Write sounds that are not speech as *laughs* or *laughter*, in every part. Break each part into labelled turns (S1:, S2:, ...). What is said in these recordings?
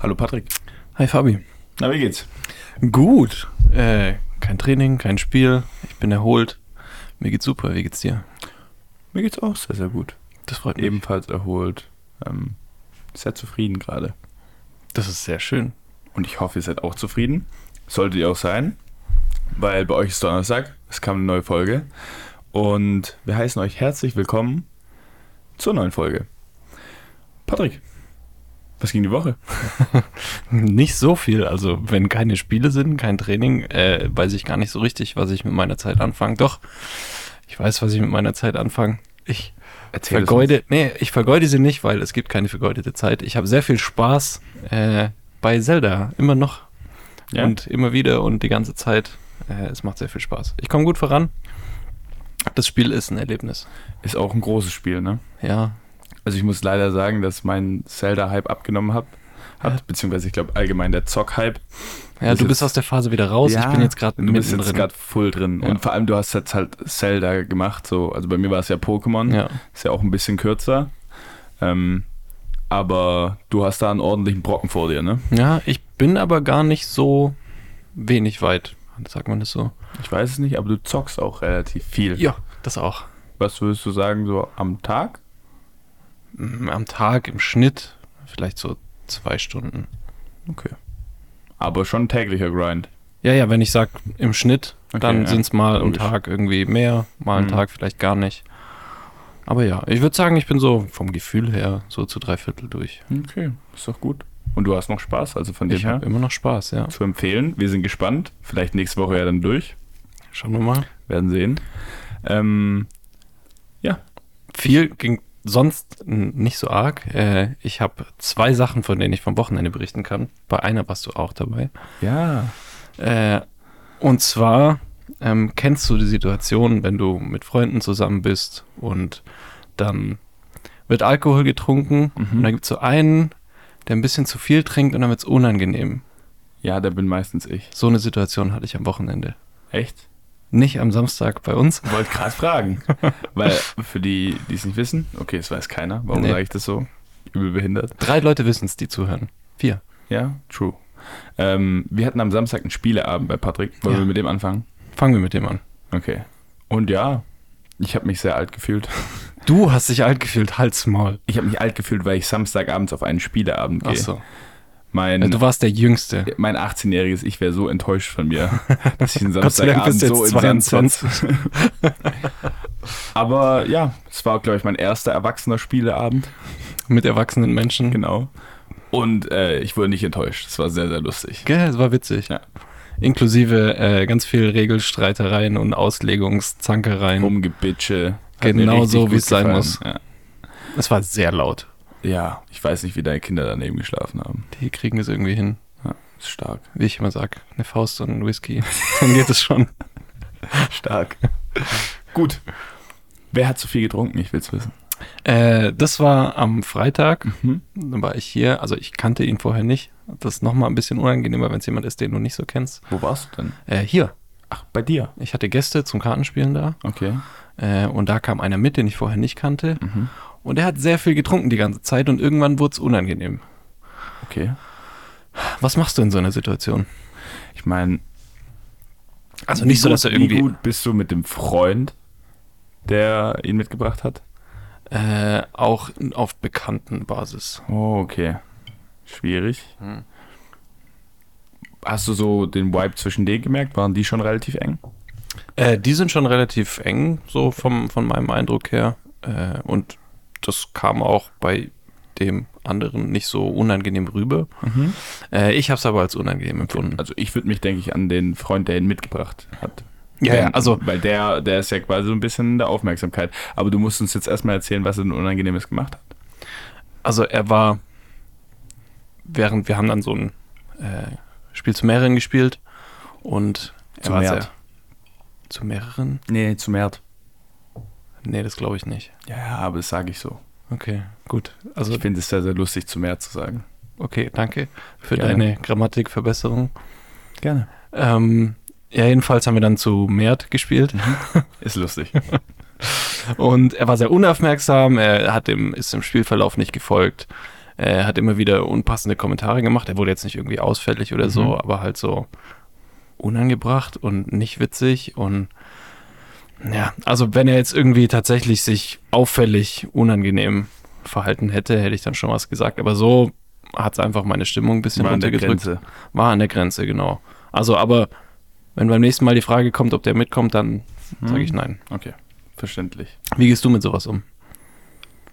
S1: Hallo Patrick.
S2: Hi Fabi.
S1: Na, wie geht's?
S2: Gut. Äh, kein Training, kein Spiel. Ich bin erholt. Mir geht's super. Wie geht's dir?
S1: Mir geht's auch sehr, sehr gut.
S2: Das freut mich.
S1: Ebenfalls erholt. Ähm, sehr zufrieden gerade.
S2: Das ist sehr schön.
S1: Und ich hoffe, ihr seid auch zufrieden. Solltet ihr auch sein, weil bei euch ist Donnerstag. Es kam eine neue Folge. Und wir heißen euch herzlich willkommen zur neuen Folge. Patrick, was ging die Woche?
S2: Nicht so viel. Also, wenn keine Spiele sind, kein Training, äh, weiß ich gar nicht so richtig, was ich mit meiner Zeit anfange. Doch, ich weiß, was ich mit meiner Zeit anfange. Ich
S1: Erzähl es uns.
S2: vergeude, nee, ich vergeude sie nicht, weil es gibt keine vergeudete Zeit. Ich habe sehr viel Spaß äh, bei Zelda, immer noch
S1: Ja?
S2: und immer wieder und die ganze Zeit. Äh, es macht sehr viel Spaß. Ich komme gut voran. Das Spiel ist ein Erlebnis.
S1: Ist auch ein großes Spiel, ne?
S2: Ja,
S1: Also ich muss leider sagen, dass mein Zelda-Hype abgenommen hab, habt, beziehungsweise ich glaube allgemein der Zock-Hype.
S2: ja
S1: Das
S2: du
S1: ist-
S2: bist aus der Phase wieder raus. ich bin jetzt gerade
S1: Du bist
S2: mittendrin.
S1: jetzt gerade full drin.
S2: Ja.
S1: Und vor allem, du hast jetzt halt Zelda gemacht. So. Also bei mir war es ja Pokémon.
S2: ja.
S1: Ist ja auch ein bisschen kürzer. Ähm, aber du hast da einen ordentlichen Brocken vor dir, ne?
S2: ja, ich bin aber gar nicht so wenig weit. Sagt man das so?
S1: Ich weiß es nicht, aber du zockst auch relativ viel.
S2: Ja, das auch.
S1: Was würdest du sagen, so am Tag?
S2: Mm, Am Tag im Schnitt vielleicht so zwei Stunden.
S1: Okay. Aber schon täglicher Grind.
S2: Ja, ja, wenn ich sag im Schnitt,
S1: Okay,
S2: dann
S1: ja,
S2: sind's mal am
S1: logisch.
S2: Tag irgendwie mehr, mal am
S1: Mhm.
S2: Tag vielleicht gar nicht. Aber ja, ich würde sagen, ich bin so vom Gefühl her so zu drei Viertel durch.
S1: Okay, ist doch gut. Und du hast noch Spaß, also von dem
S2: Ich
S1: her.
S2: habe immer noch Spaß, ja.
S1: Zu empfehlen. Wir sind gespannt. Vielleicht nächste Woche ja dann durch.
S2: Schauen wir mal.
S1: Werden sehen. Ähm,
S2: Viel ging sonst n- nicht so arg. Äh, ich habe zwei Sachen, von denen ich vom Wochenende berichten kann. Bei einer warst du auch dabei.
S1: ja.
S2: Äh, und zwar ähm, kennst du die Situation, wenn du mit Freunden zusammen bist und dann wird Alkohol getrunken und da gibt es so einen, der ein bisschen zu viel trinkt und dann wird es unangenehm.
S1: Ja, da bin meistens ich.
S2: So eine Situation hatte ich am Wochenende.
S1: Echt?
S2: Nicht am Samstag bei uns.
S1: Wollte
S2: *laughs*
S1: gerade fragen. Weil für die, die es nicht wissen, okay, es weiß keiner. Warum
S2: Nee.
S1: sage ich das so? Übel behindert.
S2: Drei Leute wissen es, die zuhören. Vier.
S1: Ja, true. Ähm, wir hatten am Samstag einen Spieleabend bei Patrick. Wollen
S2: Ja.
S1: wir mit dem anfangen?
S2: Fangen wir mit dem an.
S1: Okay. Und ja, ich habe mich sehr alt gefühlt. *laughs*
S2: Du hast dich alt gefühlt, halt's Maul.
S1: Ich habe mich alt gefühlt, weil ich Samstagabends auf einen Spieleabend gehe.
S2: Ach so.
S1: Mein,
S2: Also du warst der Jüngste.
S1: mein 18-jähriges Ich wäre so enttäuscht
S2: *laughs*
S1: von mir, dass ich einen
S2: Gott sei Dank
S1: Samstagabend
S2: bist du
S1: so
S2: jetzt
S1: in Sand setze.
S2: 22.
S1: Aber ja, es war, glaube ich, mein erster erwachsener Spieleabend.
S2: Mit erwachsenen Menschen.
S1: Genau. Und äh, ich wurde nicht enttäuscht. Es war sehr, sehr lustig.
S2: Gell, es war witzig.
S1: Ja.
S2: Inklusive äh, ganz viel Regelstreitereien und Auslegungszankereien.
S1: Rumgebitsche. Hat mir
S2: Genau
S1: richtig
S2: so, wie
S1: gut
S2: es sein
S1: gefallen.
S2: muss.
S1: Ja.
S2: Es war sehr laut.
S1: ja, ich weiß nicht, wie deine Kinder daneben geschlafen haben.
S2: Die kriegen es irgendwie hin.
S1: Ist stark.
S2: Wie ich immer sag, eine Faust und ein Whisky. *laughs* Dann geht es schon.
S1: *laughs* Stark. Gut. Wer hat zu viel getrunken? Ich will's wissen.
S2: Äh, das war am Freitag.
S1: Mhm.
S2: Dann war ich hier. Also ich kannte ihn vorher nicht. Das ist nochmal ein bisschen unangenehmer, wenn es jemand ist, den du nicht so kennst.
S1: Wo warst du denn?
S2: Äh, hier.
S1: Ach, bei dir.
S2: Ich hatte Gäste zum Kartenspielen da.
S1: Okay.
S2: Äh, und da kam einer mit, den ich vorher nicht kannte. Und er hat sehr viel getrunken die ganze Zeit und irgendwann wurde es unangenehm.
S1: Okay.
S2: Was machst du in so einer Situation?
S1: Ich meine,
S2: Also nicht so, dass er
S1: Wie
S2: irgendwie.
S1: gut bist du mit dem Freund, der ihn mitgebracht hat?
S2: Äh, auch auf bekannten Basis.
S1: Oh, okay. Schwierig.
S2: Hm.
S1: Hast du so den Vibe zwischen denen gemerkt? Waren die schon relativ eng?
S2: Äh, die sind schon relativ eng, so vom, von meinem Eindruck her. Äh, und das kam auch bei dem anderen nicht so unangenehm rüber. Äh, ich habe es aber als unangenehm empfunden.
S1: Also ich würde mich, denke ich, an den Freund, der ihn mitgebracht hat.
S2: Ja, ja,
S1: Denken,
S2: also-
S1: Weil der, der ist ja quasi so ein bisschen in der Aufmerksamkeit. Aber du musst uns jetzt erstmal erzählen, was er denn Unangenehmes gemacht hat.
S2: Also er war während wir haben dann so ein äh, Spiel zu mehreren gespielt und er
S1: Zu
S2: war sehr-
S1: mehrt.
S2: Zu mehreren?
S1: Nee, zu Mert.
S2: Nee, das glaube ich nicht.
S1: Ja, ja, aber das sage ich so.
S2: Okay, gut. Also
S1: Ich finde es sehr, sehr lustig, zu Mert zu sagen.
S2: okay, danke für
S1: Gerne.
S2: deine Grammatikverbesserung.
S1: Gerne.
S2: Ähm, ja, jedenfalls haben wir dann zu Mert gespielt
S1: Ist lustig.
S2: und er war sehr unaufmerksam, er hat dem, ist dem Spielverlauf nicht gefolgt, er hat immer wieder unpassende Kommentare gemacht, er wurde jetzt nicht irgendwie ausfällig oder so,
S1: Mhm.
S2: aber halt so unangebracht und nicht witzig und ja, also wenn er jetzt irgendwie tatsächlich sich auffällig unangenehm verhalten hätte, hätte ich dann schon was gesagt, aber so hat es einfach meine Stimmung ein bisschen
S1: War an der
S2: runtergedrückt.
S1: Grenze.
S2: War an der Grenze, genau. Also, aber wenn beim nächsten Mal die Frage kommt, ob der mitkommt, dann sage ich
S1: Hm,
S2: nein.
S1: Verständlich.
S2: Wie gehst du mit sowas um?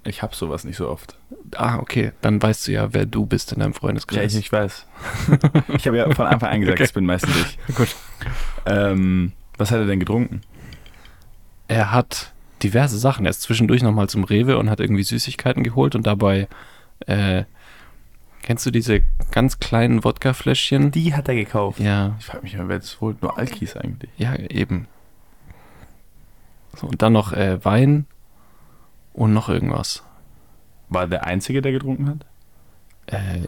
S1: Ich habe sowas nicht so oft.
S2: Ah, okay. Dann weißt du ja, wer du bist in deinem
S1: Ja,
S2: Freundeskreis.
S1: ich, ich weiß. *laughs* ich habe ja von Anfang an gesagt,
S2: Okay.
S1: es bin meistens *laughs* ich.
S2: Gut.
S1: Ähm, was hat er denn getrunken?
S2: Er hat diverse Sachen. Er ist zwischendurch nochmal zum Rewe und hat irgendwie Süßigkeiten geholt und dabei, äh, kennst du diese ganz kleinen Wodkafläschchen?
S1: Die hat er gekauft.
S2: Ja,
S1: Ich frage mich mal, wer das holt. Nur Alkis eigentlich.
S2: ja, eben. So, und dann noch äh, Wein und noch irgendwas.
S1: War der Einzige, der getrunken hat?
S2: Äh,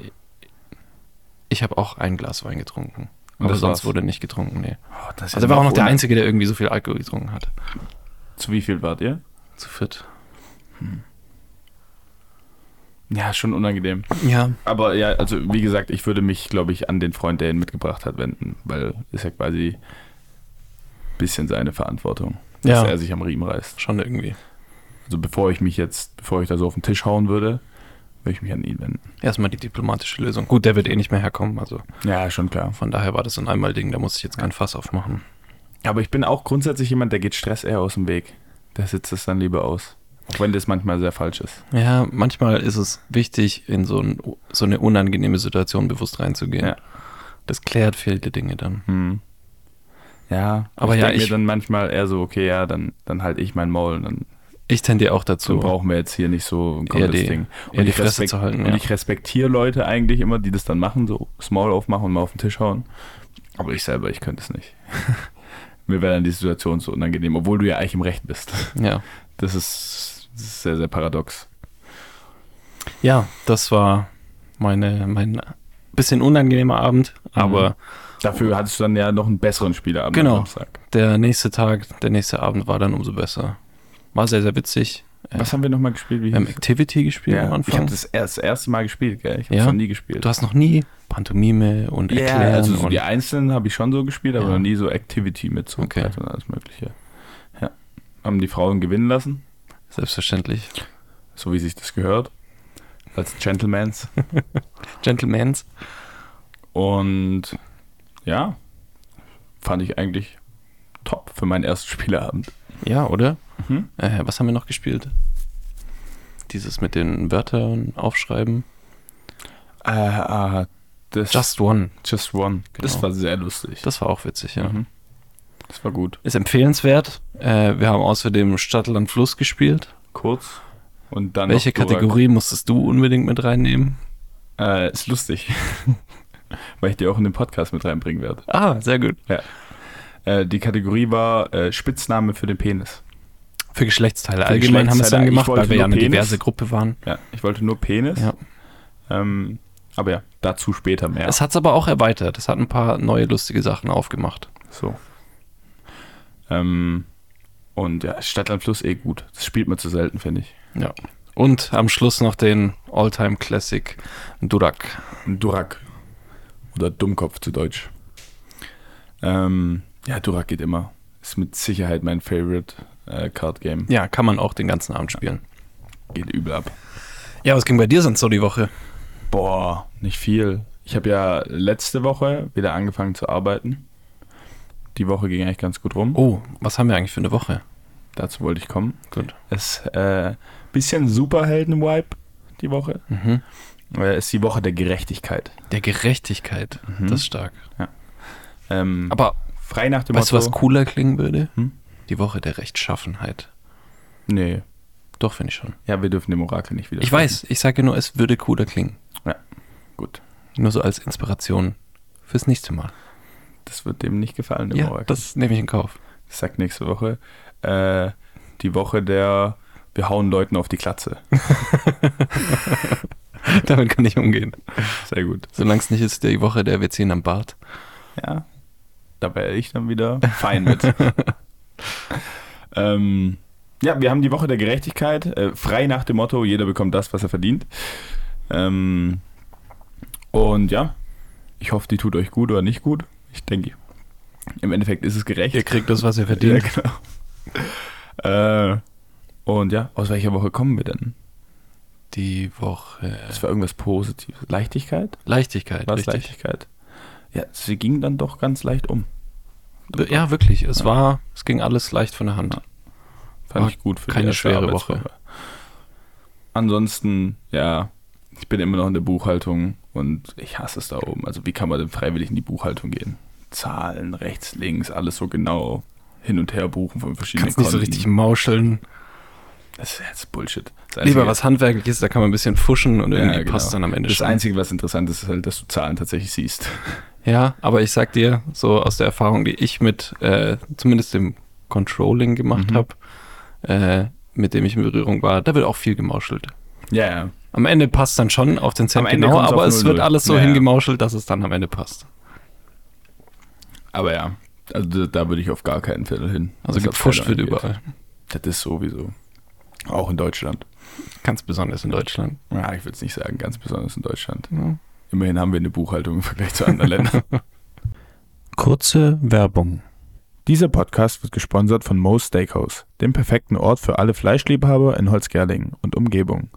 S2: ich habe auch ein Glas Wein getrunken.
S1: Und
S2: aber
S1: das
S2: sonst
S1: war's?
S2: wurde nicht getrunken, nee.
S1: Oh, das ist
S2: Also er
S1: ja
S2: war auch noch der
S1: un-
S2: Einzige, der irgendwie so viel Alkohol getrunken hat.
S1: Zu wie viel wart ihr?
S2: Zu fit.
S1: Ja, schon unangenehm.
S2: Ja.
S1: Aber ja, also wie gesagt, ich würde mich, glaube ich, an den Freund, der ihn mitgebracht hat, wenden, weil ist ja quasi ein bisschen seine Verantwortung, dass
S2: Ja,
S1: er sich am Riemen reißt.
S2: schon irgendwie.
S1: Also bevor ich mich jetzt, bevor ich da so auf den Tisch hauen würde, würde ich mich an ihn wenden.
S2: Erstmal die diplomatische Lösung. Gut, der wird eh nicht mehr herkommen, also
S1: Ja, schon klar.
S2: von daher war das ein Einmal-Ding, da muss ich jetzt kein Fass aufmachen.
S1: Aber ich bin auch grundsätzlich jemand, der geht Stress eher aus dem Weg. Der sitzt es dann lieber aus. Auch wenn das manchmal sehr falsch ist.
S2: Ja, manchmal ist es wichtig, in so, ein, so eine unangenehme Situation bewusst reinzugehen.
S1: Ja.
S2: Das klärt viele Dinge dann.
S1: Hm. Ja,
S2: Aber ja,
S1: denk
S2: ich-
S1: mir dann manchmal eher so, okay, ja, dann, dann halt ich mein Maul und dann,
S2: Ich tendiere auch dazu,
S1: dann brauchen wir jetzt hier nicht so ein komplettes
S2: die-
S1: Ding.
S2: eher die
S1: ich
S2: Fresse
S1: respekt-
S2: zu halten.
S1: Und
S2: Ja.
S1: ich respektiere Leute eigentlich immer, die das dann machen, so das Maul aufmachen und mal auf den Tisch hauen. Aber ich selber, ich könnte es
S2: *laughs*
S1: nicht. Mir wäre dann die Situation so unangenehm, obwohl du ja eigentlich im Recht bist.
S2: ja.
S1: Das ist, das ist sehr, sehr paradox.
S2: ja, das war meine, mein bisschen unangenehmer Abend, aber
S1: Dafür hattest du dann ja noch einen besseren Spieleabend
S2: Genau.
S1: am Samstag.
S2: der nächste Tag, der nächste Abend war dann umso besser. War sehr, sehr witzig. Ja.
S1: Was haben wir nochmal gespielt? Wie
S2: Wir haben
S1: hieß
S2: Activity gespielt
S1: Ähm, ja,
S2: am
S1: Ich habe
S2: Anfang.
S1: das, erst, das erste Mal gespielt, gell? Ich habe
S2: Ja.
S1: noch nie gespielt.
S2: Du hast noch nie Pantomime und
S1: ja,
S2: Erklären
S1: also so
S2: und
S1: die einzelnen habe ich schon so gespielt, aber
S2: Ja.
S1: noch nie so Activity mit so
S2: Okay.
S1: Brett und alles Mögliche. Ja. Haben die Frauen gewinnen lassen.
S2: selbstverständlich.
S1: so wie sich das gehört, als Gentlemans.
S2: Gentlemans.
S1: Und ja, fand ich eigentlich top für meinen ersten Spieleabend.
S2: Ja, oder?
S1: Mhm.
S2: Äh, was haben wir noch gespielt? Dieses mit den Wörtern aufschreiben.
S1: Äh, äh, das
S2: Just One.
S1: Just One. Das
S2: Genau.
S1: war sehr lustig.
S2: Das war auch witzig, ja.
S1: Mhm. das war gut.
S2: Ist empfehlenswert. Äh, wir haben außerdem Stadtland Fluss gespielt.
S1: Kurz. Und dann
S2: Welche
S1: noch Dora-
S2: Kategorie musstest du unbedingt mit reinnehmen?
S1: Äh, ist lustig. *laughs* Weil ich die auch in den Podcast mit reinbringen werde.
S2: Ah, sehr gut.
S1: Äh, die Kategorie war äh, Spitzname für den Penis.
S2: Für Geschlechtsteile.
S1: Für
S2: Allgemein haben wir es
S1: Geschlechtsteile.
S2: dann
S1: Ich
S2: gemacht,
S1: wollte
S2: weil wir
S1: nur
S2: ja eine
S1: Penis.
S2: diverse Gruppe waren.
S1: Ja, ich wollte nur Penis.
S2: Ja.
S1: Ähm, aber ja, dazu später mehr.
S2: Es hat es aber auch erweitert. Es hat ein paar neue lustige Sachen aufgemacht.
S1: So. Ähm, und ja, Stadtland Fluss eh gut. Das spielt man zu selten, finde ich.
S2: Und am Schluss noch den All-Time Classic Durak.
S1: Ein Durak. Oder Dummkopf zu Deutsch. Ähm, ja, Durak geht immer. Ist mit Sicherheit mein Favorite äh, Card Game.
S2: Ja, kann man auch den ganzen Abend spielen.
S1: Geht übel ab.
S2: Ja, was ging bei dir sonst so die Woche?
S1: Boah, nicht viel. Ich habe ja letzte Woche wieder angefangen zu arbeiten. Die Woche ging eigentlich ganz gut rum.
S2: Oh, was haben wir eigentlich für eine Woche?
S1: Dazu wollte ich kommen.
S2: Gut.
S1: Es äh, bisschen Superhelden-Wipe die Woche.
S2: Mhm.
S1: Äh, ist die Woche der Gerechtigkeit.
S2: Der Gerechtigkeit. Das ist stark.
S1: Ähm, Aber
S2: Mhm. Aber
S1: frei nach dem
S2: weißt du,
S1: Motto.
S2: was cooler klingen würde?
S1: Hm?
S2: Die Woche der Rechtschaffenheit.
S1: Nee,
S2: Doch, finde ich schon.
S1: ja, wir dürfen dem Orakel nicht wieder.
S2: Ich weiß, ich sage nur, es würde cooler klingen.
S1: Gut.
S2: Nur so als Inspiration fürs nächste Mal.
S1: Das wird dem nicht gefallen, dem
S2: Ja,
S1: Mauerknecht.
S2: das nehme ich in Kauf. *laughs*
S1: Ich sag nächste Woche. Äh, die Woche der wir hauen Leuten auf die Klatze.
S2: Damit kann ich umgehen.
S1: Sehr gut.
S2: Solange es nicht ist, die Woche der wir ziehen am Bart.
S1: Ja. Da wäre ich dann wieder fein mit. ähm, ja, wir haben die Woche der Gerechtigkeit. Äh, frei nach dem Motto, jeder bekommt das, was er verdient. Ähm, und ja, ich hoffe, die tut euch gut oder nicht gut. Ich denke, im Endeffekt ist es gerecht. *laughs*
S2: Ihr kriegt das, was ihr
S1: Ja,
S2: verdient.
S1: genau. äh, und ja, aus welcher Woche kommen wir denn?
S2: Die Woche.
S1: Das war irgendwas Positives. Leichtigkeit?
S2: Leichtigkeit,
S1: War es
S2: richtig.
S1: Leichtigkeit? Ja, sie ging dann doch ganz leicht um.
S2: W- Ja, wirklich. Es war, es ging alles leicht von der Hand.
S1: Fand
S2: War
S1: ich gut für
S2: keine
S1: erste
S2: schwere
S1: Arbeitswoche. Ansonsten, ja, ich bin immer noch in der Buchhaltung und ich hasse es da oben. Also wie kann man denn freiwillig in die Buchhaltung gehen? Zahlen, rechts, links, alles so genau hin und her buchen von verschiedenen
S2: Kannst nicht so richtig mauscheln.
S1: Das ist jetzt Bullshit. Das
S2: Lieber
S1: Einzige-
S2: was Handwerkliches, da kann man ein bisschen fuschen und
S1: Also Ja,
S2: irgendwie
S1: genau.
S2: passt dann am Ende
S1: Das
S2: schon.
S1: Einzige, was interessant ist, ist halt, dass du Zahlen tatsächlich siehst. *laughs*
S2: Ja, aber ich sag dir, so aus der Erfahrung, die ich mit äh, zumindest dem Controlling gemacht
S1: Mhm.
S2: habe, äh, mit dem ich in Berührung war, da wird auch viel gemauschelt.
S1: Ja, ja.
S2: Am Ende passt dann schon auf den Cent
S1: Am Ende
S2: genau,
S1: kommt's auf
S2: aber es
S1: null,
S2: wird
S1: null.
S2: alles so
S1: Ja, ja.
S2: hingemauschelt, dass es dann am Ende passt.
S1: Aber ja, also da, da würde ich auf gar keinen Fall hin.
S2: Also
S1: Was
S2: gepfuscht
S1: Abteilung
S2: wird
S1: angeht.
S2: überall.
S1: Das ist sowieso. Auch in Deutschland.
S2: Ganz besonders in Deutschland.
S1: Ja, ich würde es nicht sagen, ganz besonders in Deutschland.
S2: Ja.
S1: Immerhin haben wir eine Buchhaltung im Vergleich zu anderen Ländern.
S2: Kurze Werbung.
S1: *laughs* Dieser Podcast wird gesponsert von Moe's Steakhouse, dem perfekten Ort für alle Fleischliebhaber in Holzgerlingen und Umgebung.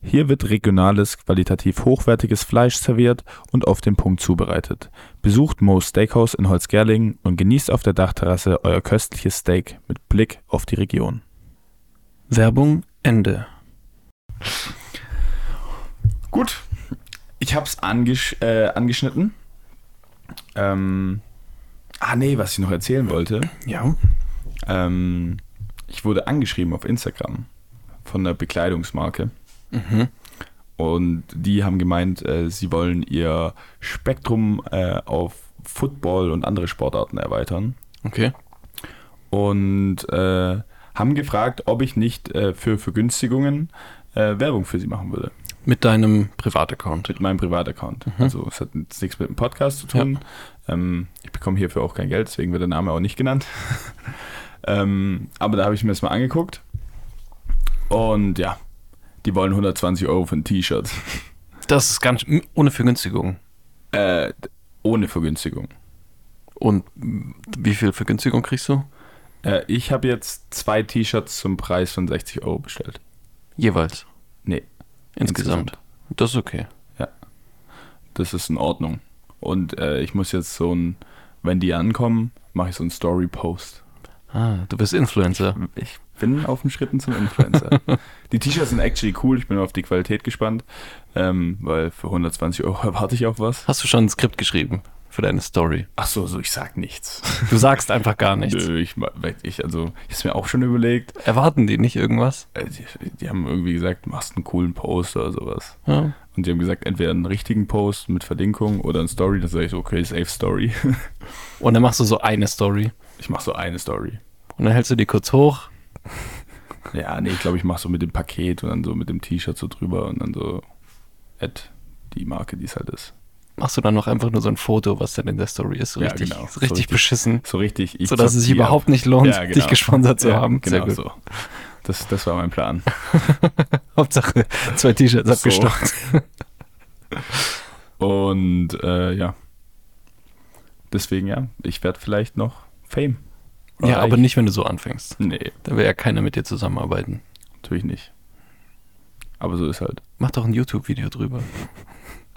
S1: Hier wird regionales, qualitativ hochwertiges Fleisch serviert und auf den Punkt zubereitet. Besucht Moe's Steakhouse in Holzgerlingen und genießt auf der Dachterrasse euer köstliches Steak mit Blick auf die Region.
S2: Werbung Ende.
S1: Gut. Ich hab's angesch äh, angeschnitten. Ähm, ah, nee, was ich noch erzählen wollte.
S2: Ja.
S1: Ähm, ich wurde angeschrieben auf Instagram von einer Bekleidungsmarke.
S2: Mhm.
S1: Und die haben gemeint, äh, sie wollen ihr Spektrum äh, auf Football und andere Sportarten erweitern.
S2: Okay.
S1: Und äh, haben gefragt, ob ich nicht äh, für Vergünstigungen äh, Werbung für sie machen würde.
S2: Mit deinem Privataccount.
S1: Mit meinem Privataccount.
S2: Mhm.
S1: Also es hat jetzt nichts mit dem Podcast zu tun. Ähm, ich bekomme hierfür auch kein Geld, deswegen wird der Name auch nicht genannt. *laughs* ähm, aber da habe ich mir das mal angeguckt. Und ja, die wollen 120 Euro für ein T-Shirt.
S2: Das ist ganz m- ohne Vergünstigung.
S1: Äh, ohne Vergünstigung.
S2: Und m, wie viel Vergünstigung kriegst du?
S1: Äh, ich habe jetzt zwei T-Shirts zum Preis von 60 Euro bestellt.
S2: Jeweils.
S1: Nee,
S2: Insgesamt. Das ist okay.
S1: das ist in Ordnung. Und äh, ich muss jetzt so ein, wenn die ankommen, mache ich so einen Story-Post.
S2: Ah, du bist Influencer.
S1: Ich bin auf den Schritten
S2: *laughs*
S1: zum Influencer. die T-Shirts sind actually cool. Ich bin auf die Qualität gespannt, ähm, weil für 120 Euro *laughs* erwarte ich auch was.
S2: Hast du schon ein Skript geschrieben für deine Story?
S1: Ach so, so ich sag nichts.
S2: Du sagst einfach gar *laughs* nichts.
S1: Nö, ich, ma- ich, also, ich hab's mir auch schon überlegt.
S2: Erwarten die nicht irgendwas?
S1: Äh, Die, die haben irgendwie gesagt, machst einen coolen Post oder sowas.
S2: Ja.
S1: Und die haben gesagt, entweder einen richtigen Post mit Verlinkung oder eine Story. Dann sage ich so, okay, safe Story. *laughs*
S2: Und dann machst du so eine Story.
S1: Ich mache so eine Story.
S2: Und dann hältst du die kurz hoch.
S1: Ja, nee, ich glaube, ich mache so mit dem Paket und dann so mit dem T-Shirt so drüber und dann so at die Marke, die es halt ist.
S2: Machst du dann noch einfach nur so ein Foto, was dann in der Story ist. So
S1: Ja,
S2: richtig,
S1: genau.
S2: so richtig
S1: So
S2: beschissen.
S1: So richtig.
S2: So dass
S1: zock
S2: es sich
S1: die ab.
S2: überhaupt nicht lohnt,
S1: Ja, genau.
S2: dich gesponsert zu
S1: Ja,
S2: haben.
S1: Genau so. Das, das war mein Plan.
S2: Hauptsache zwei T-Shirts
S1: So.
S2: abgestockt.
S1: Und äh, ja. Deswegen ja, ich werde vielleicht noch Fame.
S2: Ja,
S1: Reich.
S2: aber nicht, wenn du so anfängst.
S1: Nee,
S2: Da will ja keiner mit dir zusammenarbeiten.
S1: natürlich nicht. Aber so ist halt.
S2: Mach doch ein YouTube-Video drüber.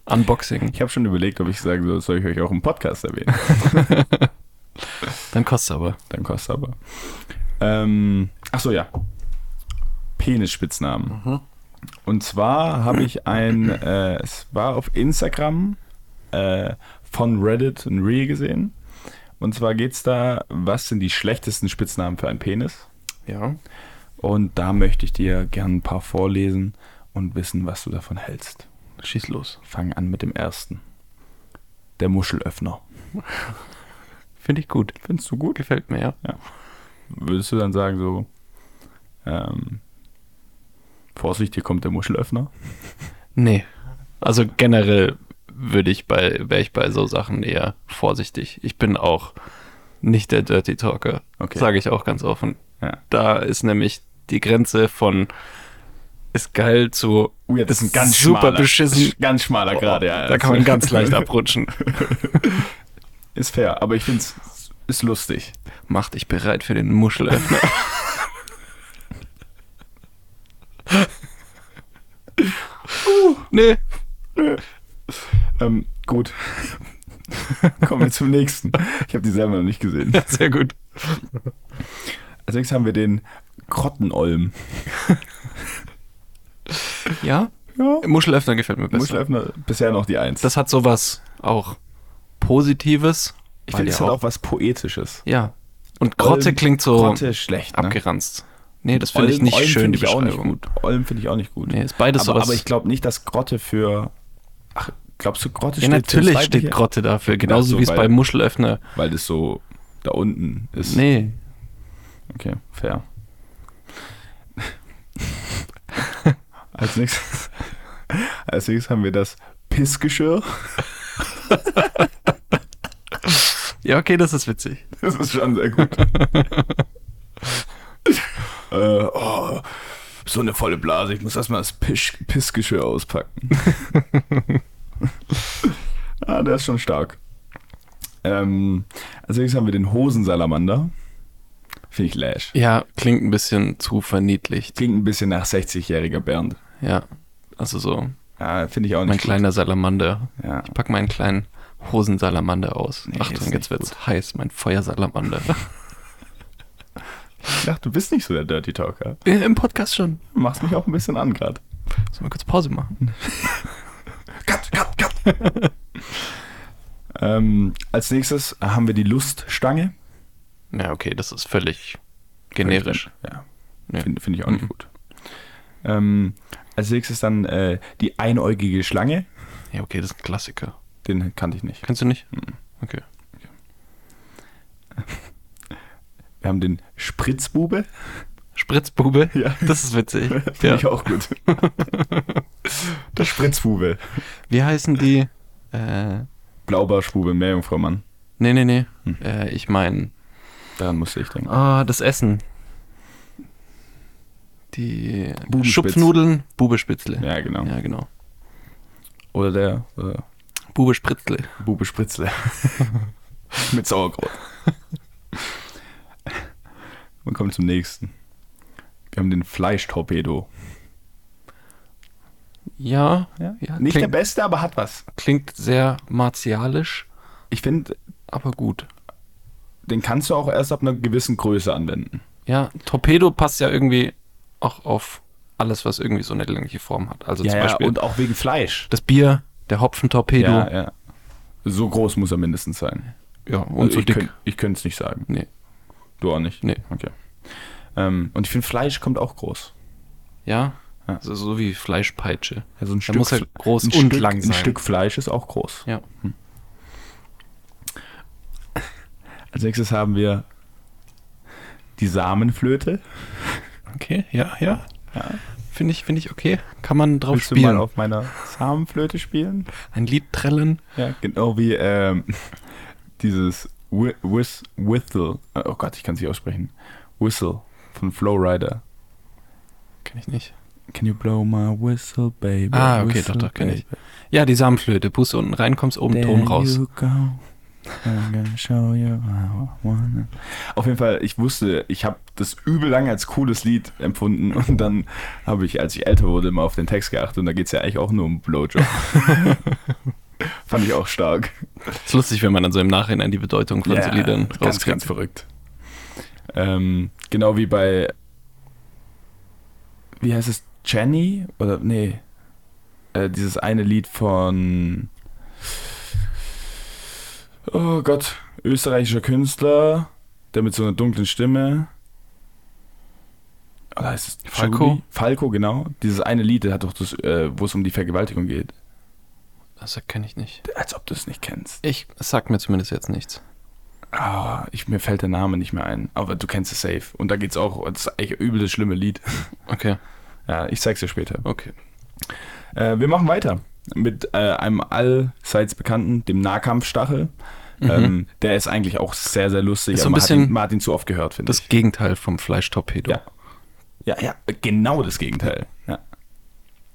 S2: Unboxing.
S1: Ich habe schon überlegt, ob ich sagen soll, soll ich euch auch im Podcast erwähnen.
S2: Dann kostet aber.
S1: Dann kostet aber. Ähm, Achso, ja. Penisspitznamen. Und zwar habe ich ein, äh, es war auf Instagram äh, von Reddit ein Reel gesehen. Und zwar geht es da, was sind die schlechtesten Spitznamen für einen Penis?
S2: Ja.
S1: Und da möchte ich dir gern ein paar vorlesen und wissen, was du davon hältst.
S2: Schieß los.
S1: Fang an mit dem ersten. der Muschelöffner.
S2: Finde ich gut.
S1: Findest du gut?
S2: Gefällt mir, ja.
S1: Würdest du dann sagen, so, ähm, Vorsicht, hier kommt der Muschelöffner?
S2: Nee. Also generell würde ich bei, wäre ich bei so Sachen eher vorsichtig. Ich bin auch nicht der Dirty Talker.
S1: Okay.
S2: Sage ich auch ganz offen.
S1: Ja.
S2: Da ist nämlich die Grenze von ist geil zu
S1: Oh ja,
S2: ist super beschissen. Oh,
S1: Ganz schmaler gerade, ja.
S2: Da kann man ganz
S1: *laughs*
S2: leicht abrutschen.
S1: Ist fair, aber ich finde es ist lustig.
S2: Mach dich bereit für den *laughs* Muschelöffner. Uh, Nee,
S1: Ähm, gut. *laughs* Kommen wir zum nächsten. Ich habe die selber noch nicht gesehen.
S2: sehr gut.
S1: Als nächstes haben wir den Krottenolm.
S2: Ja,
S1: Ja.
S2: Muschelöffner gefällt mir besser.
S1: Muschelöffner bisher noch die Eins.
S2: Das hat sowas auch Positives.
S1: ich
S2: weil
S1: finde,
S2: ja
S1: es hat auch was Poetisches.
S2: halt Ja. Und Grotte
S1: Olm-
S2: klingt so
S1: Grotte ist schlecht, ne?
S2: abgeranzt. Nee, das finde ich nicht
S1: Olm
S2: schön,
S1: find
S2: die
S1: ich auch
S2: Beschreibung.
S1: nicht gut. Olm finde ich auch nicht gut.
S2: Nee, ist beides
S1: aber,
S2: sowas.
S1: aber ich glaube nicht, dass Grotte für. Ach, glaubst du, Grotte
S2: ja,
S1: steht für
S2: natürlich
S1: das
S2: steht
S1: Weibliche?
S2: Grotte dafür, genauso
S1: so,
S2: wie es
S1: weil-
S2: bei Muschelöffner.
S1: Weil das so da unten ist.
S2: Nee,
S1: Okay, fair. *laughs* Als nächstes, *laughs* als nächstes haben wir das Pissgeschirr.
S2: Ja, okay, das ist witzig.
S1: Das ist schon sehr gut. äh, oh, so eine volle Blase. Ich muss erstmal das Pisch, Pissgeschirr auspacken. ah, der ist schon stark. Ähm, als nächstes haben wir den Hosensalamander. Finde ich lash.
S2: Ja, klingt ein bisschen zu verniedlicht.
S1: Klingt ein bisschen nach 60-jähriger Bernd.
S2: Ja, also so
S1: Ja, finde ich auch
S2: mein
S1: nicht. gut.
S2: kleiner Salamander.
S1: Ja.
S2: Ich pack meinen kleinen Hosensalamander aus.
S1: Nee, ist
S2: Achtung,
S1: nicht
S2: jetzt wird's heiß, mein *laughs* Feuersalamander.
S1: Ich dachte, du bist nicht so der Dirty Talker.
S2: Ja, Äh, Im Podcast schon.
S1: Du machst mich auch ein bisschen an gerade.
S2: Sollen wir kurz Pause machen?
S1: Cut, cut, cut. *laughs* ähm, als nächstes haben wir die Luststange.
S2: Ja, okay, das ist völlig generisch. Mhm.
S1: Ja.
S2: Nee.
S1: Finde find ich auch nicht gut. Ähm, als nächstes dann äh, die einäugige Schlange.
S2: Ja, okay, das ist ein Klassiker.
S1: Den kannte ich nicht.
S2: Kennst du nicht? Okay.
S1: Wir haben den Spritzbube. *laughs*
S2: *laughs* Spritzbube?
S1: Ja.
S2: Das ist witzig.
S1: Finde
S2: ja.
S1: ich auch
S2: *laughs*
S1: gut. der Spritzbube.
S2: Wie heißen die? Äh,
S1: Blaubarschbube, Meerjungfraumann.
S2: nee, nee, nee. Äh, ich meine,
S1: Daran musste ich denken.
S2: ah, das Essen. Die
S1: Bubenspitz.
S2: Schupfnudeln, Bubespitzle.
S1: Ja, genau.
S2: Ja, genau.
S1: Oder der äh,
S2: Bubespritzle.
S1: Bube Spritzle.
S2: *laughs*
S1: Mit Sauerkraut. Wir kommen zum nächsten. Wir haben den Fleischtorpedo.
S2: Ja,
S1: Nicht der
S2: klingt,
S1: beste, aber hat was.
S2: klingt sehr martialisch,
S1: Ich finde,
S2: aber gut.
S1: den kannst du auch erst ab einer gewissen Größe anwenden.
S2: Ja, Torpedo passt ja irgendwie auch auf alles, was irgendwie so eine längliche Form hat. Also zum Beispiel
S1: und auch wegen Fleisch.
S2: das Bier, der Hopfentorpedo.
S1: Ja, ja. So groß muss er mindestens sein.
S2: Ja, und so
S1: Also ich
S2: dick.
S1: könnt- ich könnte es nicht sagen.
S2: Nee.
S1: Du auch nicht?
S2: Nee.
S1: Okay. Ähm, und ich finde, Fleisch kommt auch groß.
S2: Ja?
S1: Ja.
S2: So, so wie Fleischpeitsche.
S1: Also ein
S2: Da muss er
S1: Fle-
S2: groß
S1: ein
S2: und
S1: Stück,
S2: lang sein.
S1: Ein Stück Fleisch ist auch groß.
S2: Ja.
S1: Als nächstes haben wir die Samenflöte.
S2: Okay, ja, ja. Finde ich, finde ich okay. Kann man drauf
S1: Willst du
S2: spielen.
S1: mal auf meiner Samenflöte spielen?
S2: Ein Lied trellen.
S1: Ja, genau wie ähm, dieses Whi- Whis Whistle. Oh Gott, ich kann es nicht aussprechen. Whistle von Flowrider.
S2: Kenn ich nicht.
S1: Can you blow my whistle, baby?
S2: Ah, okay,
S1: Whistle,
S2: doch, doch, kenn ich.
S1: baby.
S2: Ja, die Samenflöte. Puste unten rein, kommst oben
S1: There
S2: um Ton raus.
S1: you go. I'm gonna show you how I wanna- Auf jeden Fall, ich wusste, ich habe das übel lange als cooles Lied empfunden *laughs* und dann habe ich, als ich älter wurde, mal auf den Text geachtet und da geht es ja eigentlich auch nur um
S2: *laughs*
S1: Blowjob. Fand ich auch stark.
S2: Ist lustig, wenn man dann so im Nachhinein die Bedeutung von so Liedern
S1: ganz, ganz
S2: rauskriegt.
S1: verrückt. Ähm, genau wie bei, wie heißt es, Jenny? Oder, nee, äh, dieses eine Lied von, oh Gott, österreichischer Künstler, der mit so einer dunklen Stimme. Oder heißt es
S2: Falco?
S1: Jolie? Falco, genau. Dieses eine Lied, der hat doch das, äh, wo es um die Vergewaltigung geht.
S2: Also kenne ich nicht.
S1: Als ob du es nicht kennst.
S2: Ich sag mir zumindest jetzt nichts.
S1: Ah, ich, mir fällt der Name nicht mehr ein. Aber du kennst es safe. Und da geht's auch. Das ist eigentlich übel das schlimme Lied. *laughs*
S2: Okay,
S1: Ja, ich zeig's dir später.
S2: okay.
S1: Äh, wir machen weiter mit äh, einem allseits bekannten, dem Nahkampfstachel. Ähm, der ist eigentlich auch sehr, sehr lustig.
S2: Mhm. Ist so ein
S1: aber man hat
S2: bisschen
S1: ihn, man hat ihn zu oft gehört, finde ich.
S2: Das Gegenteil vom Fleischtorpedo.
S1: Ja. Ja, ja, genau das Gegenteil. Ja.